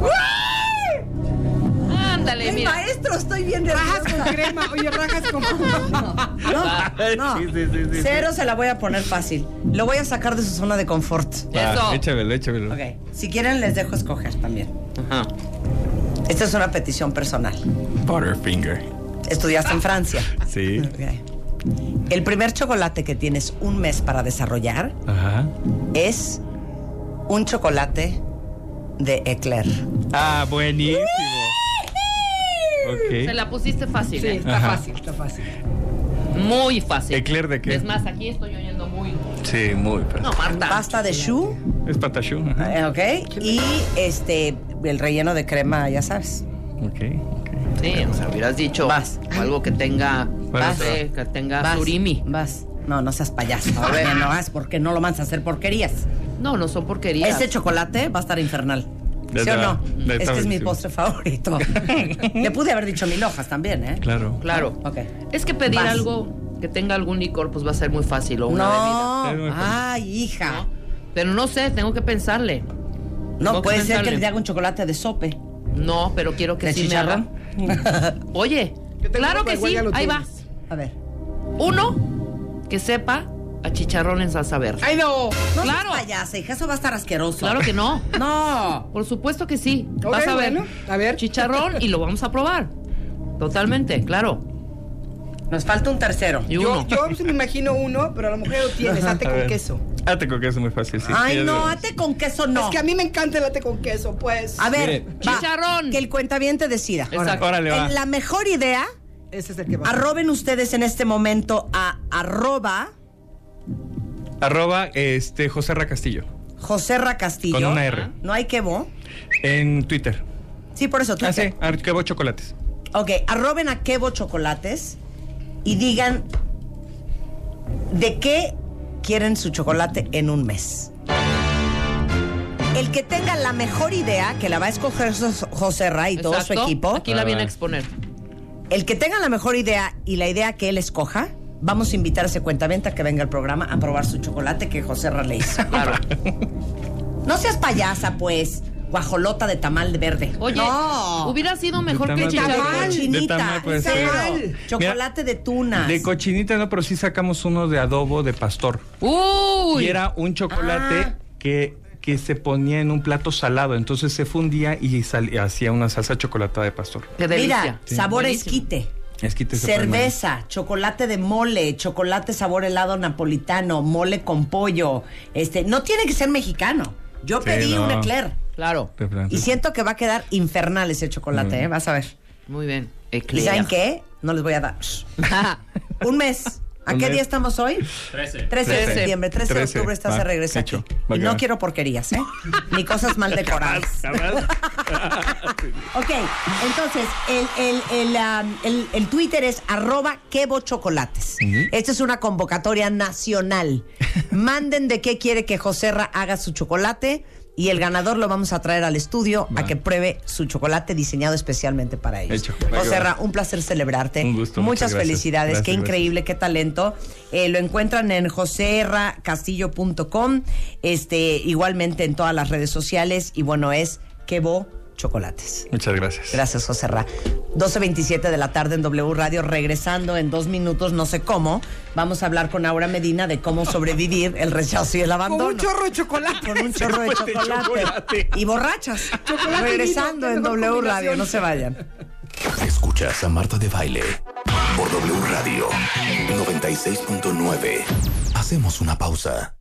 Speaker 5: Ándale,
Speaker 3: ¡Ay,
Speaker 5: mira.
Speaker 3: maestro, estoy bien
Speaker 6: Rajas con
Speaker 3: nerviosa!
Speaker 6: crema. Oye, rajas con.
Speaker 3: No, no.
Speaker 4: [LAUGHS] Sí, sí, sí, sí, sí.
Speaker 3: Cero se la voy a poner fácil. Lo voy a sacar de su zona de confort.
Speaker 4: Va,
Speaker 5: Eso.
Speaker 4: échamelo, échamelo.
Speaker 3: Ok, si quieren les dejo escoger también.
Speaker 5: Ajá.
Speaker 3: Esta es una petición personal.
Speaker 4: Butterfinger.
Speaker 3: Estudiaste en Francia.
Speaker 4: Sí.
Speaker 3: Ok. El primer chocolate que tienes un mes para desarrollar
Speaker 4: Ajá.
Speaker 3: es un chocolate de Eclair.
Speaker 4: Ah, buenísimo.
Speaker 5: Se
Speaker 4: Ok.
Speaker 5: la pusiste fácil.
Speaker 6: Sí,
Speaker 5: ¿eh?
Speaker 6: está
Speaker 4: Ajá.
Speaker 6: fácil, está fácil.
Speaker 7: Muy fácil.
Speaker 3: Este,
Speaker 4: ¿Eclair de qué?
Speaker 7: Es más, aquí estoy oyendo muy.
Speaker 4: Sí, muy fácil.
Speaker 7: No, Marta.
Speaker 3: Pasta de choux,
Speaker 4: Es patachú. ajá.
Speaker 3: eh, ¿ok? Y este, el relleno de crema, ya sabes.
Speaker 4: Ok, ok.
Speaker 7: Sí, o sea, hubieras dicho
Speaker 3: Vas.
Speaker 7: algo que tenga
Speaker 4: Vas.
Speaker 7: base, que tenga
Speaker 3: Vas,
Speaker 7: surimi.
Speaker 3: Vas. No, no seas payaso. A ver, no hagas porque no lo mandas a hacer porquerías.
Speaker 7: No, no son porquerías.
Speaker 3: Ese chocolate va a estar infernal.
Speaker 4: Ya
Speaker 3: ¿Sí o
Speaker 4: está.
Speaker 3: no?
Speaker 4: Ya
Speaker 3: Este
Speaker 4: está
Speaker 3: es mi
Speaker 4: buenísimo.
Speaker 3: postre
Speaker 4: [LAUGHS]
Speaker 3: favorito. Le pude haber dicho mil hojas también, ¿eh?
Speaker 4: Claro.
Speaker 7: Claro.
Speaker 3: Ok.
Speaker 7: Es que pedir
Speaker 3: Vas.
Speaker 7: algo que tenga algún licor, pues va a ser muy fácil o una bebida.
Speaker 4: Es
Speaker 3: No.
Speaker 4: muy
Speaker 3: Ay, hija.
Speaker 7: ¿no? Pero no sé, tengo que pensarle.
Speaker 3: No,
Speaker 7: No,
Speaker 3: puede
Speaker 7: que
Speaker 3: ser que
Speaker 7: sale.
Speaker 3: le haga un chocolate de sope.
Speaker 7: No, pero quiero que
Speaker 3: ¿De
Speaker 7: sí
Speaker 3: chicharrón?
Speaker 7: me haga. Oye,
Speaker 6: Yo tengo
Speaker 7: claro
Speaker 6: uno, pero
Speaker 7: que
Speaker 6: igual
Speaker 7: sí.
Speaker 6: ya lo
Speaker 7: Ahí va.
Speaker 6: tienes.
Speaker 3: [LAUGHS] A ver.
Speaker 7: Uno que sepa a chicharrón en salsa verde.
Speaker 6: ¡Ay, no!
Speaker 3: No
Speaker 7: Claro.
Speaker 3: claro. seas payasa, hija, eso va a estar asqueroso.
Speaker 7: Claro que no.
Speaker 3: No.
Speaker 7: Por supuesto que sí.
Speaker 6: Ok,
Speaker 7: Vas a ver.
Speaker 6: bueno, a ver.
Speaker 7: Chicharrón y lo vamos a probar. Totalmente, claro.
Speaker 3: Nos falta un tercero.
Speaker 7: Y
Speaker 6: Yo,
Speaker 7: uno.
Speaker 6: yo se me imagino uno, pero a lo mejor lo tienes, ate
Speaker 4: A
Speaker 6: con
Speaker 4: ver.
Speaker 6: queso.
Speaker 4: Ate con queso muy fácil, sí.
Speaker 3: Ay,
Speaker 4: Sí, es
Speaker 3: no,
Speaker 4: de-
Speaker 3: ate con queso no. Ah,
Speaker 6: Es que a mí me encanta el ate con queso, pues.
Speaker 3: A ver,
Speaker 4: Mire.
Speaker 3: va,
Speaker 7: Chicharrón.
Speaker 3: Que el cuentaviente decida.
Speaker 7: Exacto.
Speaker 4: Órale, va.
Speaker 3: En la mejor idea,
Speaker 6: Ese es el que va.
Speaker 3: arroben ustedes en este momento a arroba
Speaker 4: Arroba este, José Ra Castillo
Speaker 3: José Ra Castillo.
Speaker 4: Con una R.
Speaker 3: No hay que bo.
Speaker 4: en Twitter.
Speaker 3: Sí, por eso tú.
Speaker 4: Ah, sí, Arquebo Chocolates.
Speaker 3: Ok, arroben a Kevo Chocolates y digan de qué quieren su chocolate en un mes. El que tenga la mejor idea, que la va a escoger Jos- José Ra y todo su
Speaker 7: Exacto.
Speaker 3: equipo,
Speaker 7: Aquí la
Speaker 4: Ah,
Speaker 7: viene a
Speaker 4: va.
Speaker 7: exponer.
Speaker 3: el que tenga la mejor idea y la idea que él escoja, vamos a invitar a ese cuentaventa que venga al programa a probar su chocolate que José Ra
Speaker 4: [LAUGHS]
Speaker 3: le hizo.
Speaker 7: Claro.
Speaker 3: No seas payasa, pues. Guajolota de tamal verde.
Speaker 7: Oye,
Speaker 3: no.
Speaker 7: hubiera sido mejor que
Speaker 4: tamal,
Speaker 7: el
Speaker 4: de
Speaker 7: chicharrón.
Speaker 3: tamal,
Speaker 4: De
Speaker 3: chinita,
Speaker 4: tamal puede ser.
Speaker 3: tamal. Chocolate de tunas.
Speaker 4: De cochinita no, pero sí sacamos uno de adobo de pastor.
Speaker 7: Uy.
Speaker 4: Y era un chocolate
Speaker 3: Ah.
Speaker 4: que, que se ponía en un plato salado. Entonces se fundía y sal- y hacía una salsa chocolatada de pastor.
Speaker 7: Qué delicia.
Speaker 3: Mira, sabor
Speaker 7: Buenísimo.
Speaker 3: esquite.
Speaker 4: Es que te sepa el maíz.
Speaker 3: Cerveza, chocolate de mole, chocolate sabor helado napolitano, mole con pollo. Este, no tiene que ser mexicano. Yo
Speaker 4: Sí,
Speaker 3: pedí
Speaker 4: no.
Speaker 3: un eclair
Speaker 7: Claro.
Speaker 4: De plan.
Speaker 3: y siento que va a quedar infernal ese chocolate, ¿eh? vas a ver.
Speaker 7: Muy bien.
Speaker 3: ¿Y
Speaker 7: Eclair.
Speaker 3: saben qué? No les voy a dar.
Speaker 7: [LAUGHS]
Speaker 3: Un mes. ¿A
Speaker 4: Un
Speaker 3: qué
Speaker 4: mes.
Speaker 3: día estamos hoy?
Speaker 8: 13.
Speaker 3: 13 de
Speaker 4: Trece.
Speaker 3: septiembre, 13 de
Speaker 4: Trece.
Speaker 3: octubre estás
Speaker 4: Va,
Speaker 3: de regreso
Speaker 4: hecho.
Speaker 3: aquí.
Speaker 4: Va
Speaker 3: Y
Speaker 4: que
Speaker 3: no
Speaker 4: va.
Speaker 3: quiero porquerías, ¿eh? Ni cosas
Speaker 4: [LAUGHS]
Speaker 3: mal decoradas. [LAUGHS] ok, entonces, el, el, el, um, el- el Twitter es arroba quebochocolates. Esta es una convocatoria
Speaker 4: [LAUGHS]
Speaker 3: nacional. Manden de qué quiere que Joserra haga su chocolate y el ganador lo vamos a traer al estudio a
Speaker 4: Va.
Speaker 3: que pruebe su chocolate diseñado especialmente para ellos.
Speaker 4: Hecho. Va que va.
Speaker 3: Joserra, un placer celebrarte.
Speaker 4: Un gusto,
Speaker 3: Muchas
Speaker 4: muchas gracias.
Speaker 3: felicidades.
Speaker 4: Gracias,
Speaker 3: qué
Speaker 4: gracias.
Speaker 3: increíble increíble, qué talento. Eh, lo encuentran en joserracastillo.com, este, igualmente en todas las redes sociales. Y bueno, es Quebo Chocolates.
Speaker 4: Muchas gracias.
Speaker 3: Gracias, Joserra. 12.27 de la tarde en W Radio, regresando en dos minutos, no sé cómo. Vamos a hablar con Aura Medina de cómo sobrevivir el rechazo y el
Speaker 6: Con
Speaker 3: abandono.
Speaker 6: un chorro de chocolate.
Speaker 3: Con un chorro
Speaker 6: [LAUGHS]
Speaker 3: de
Speaker 4: Después de
Speaker 3: chocolate.
Speaker 4: chocolate.
Speaker 3: Y borrachas.
Speaker 6: Chocolate y vino,
Speaker 3: regresando
Speaker 6: qué
Speaker 3: en
Speaker 6: mejor
Speaker 3: W Radio,
Speaker 6: combinación.
Speaker 3: no se vayan.
Speaker 1: Escuchas a Marta de Baile por W Radio 96.9. Hacemos una pausa.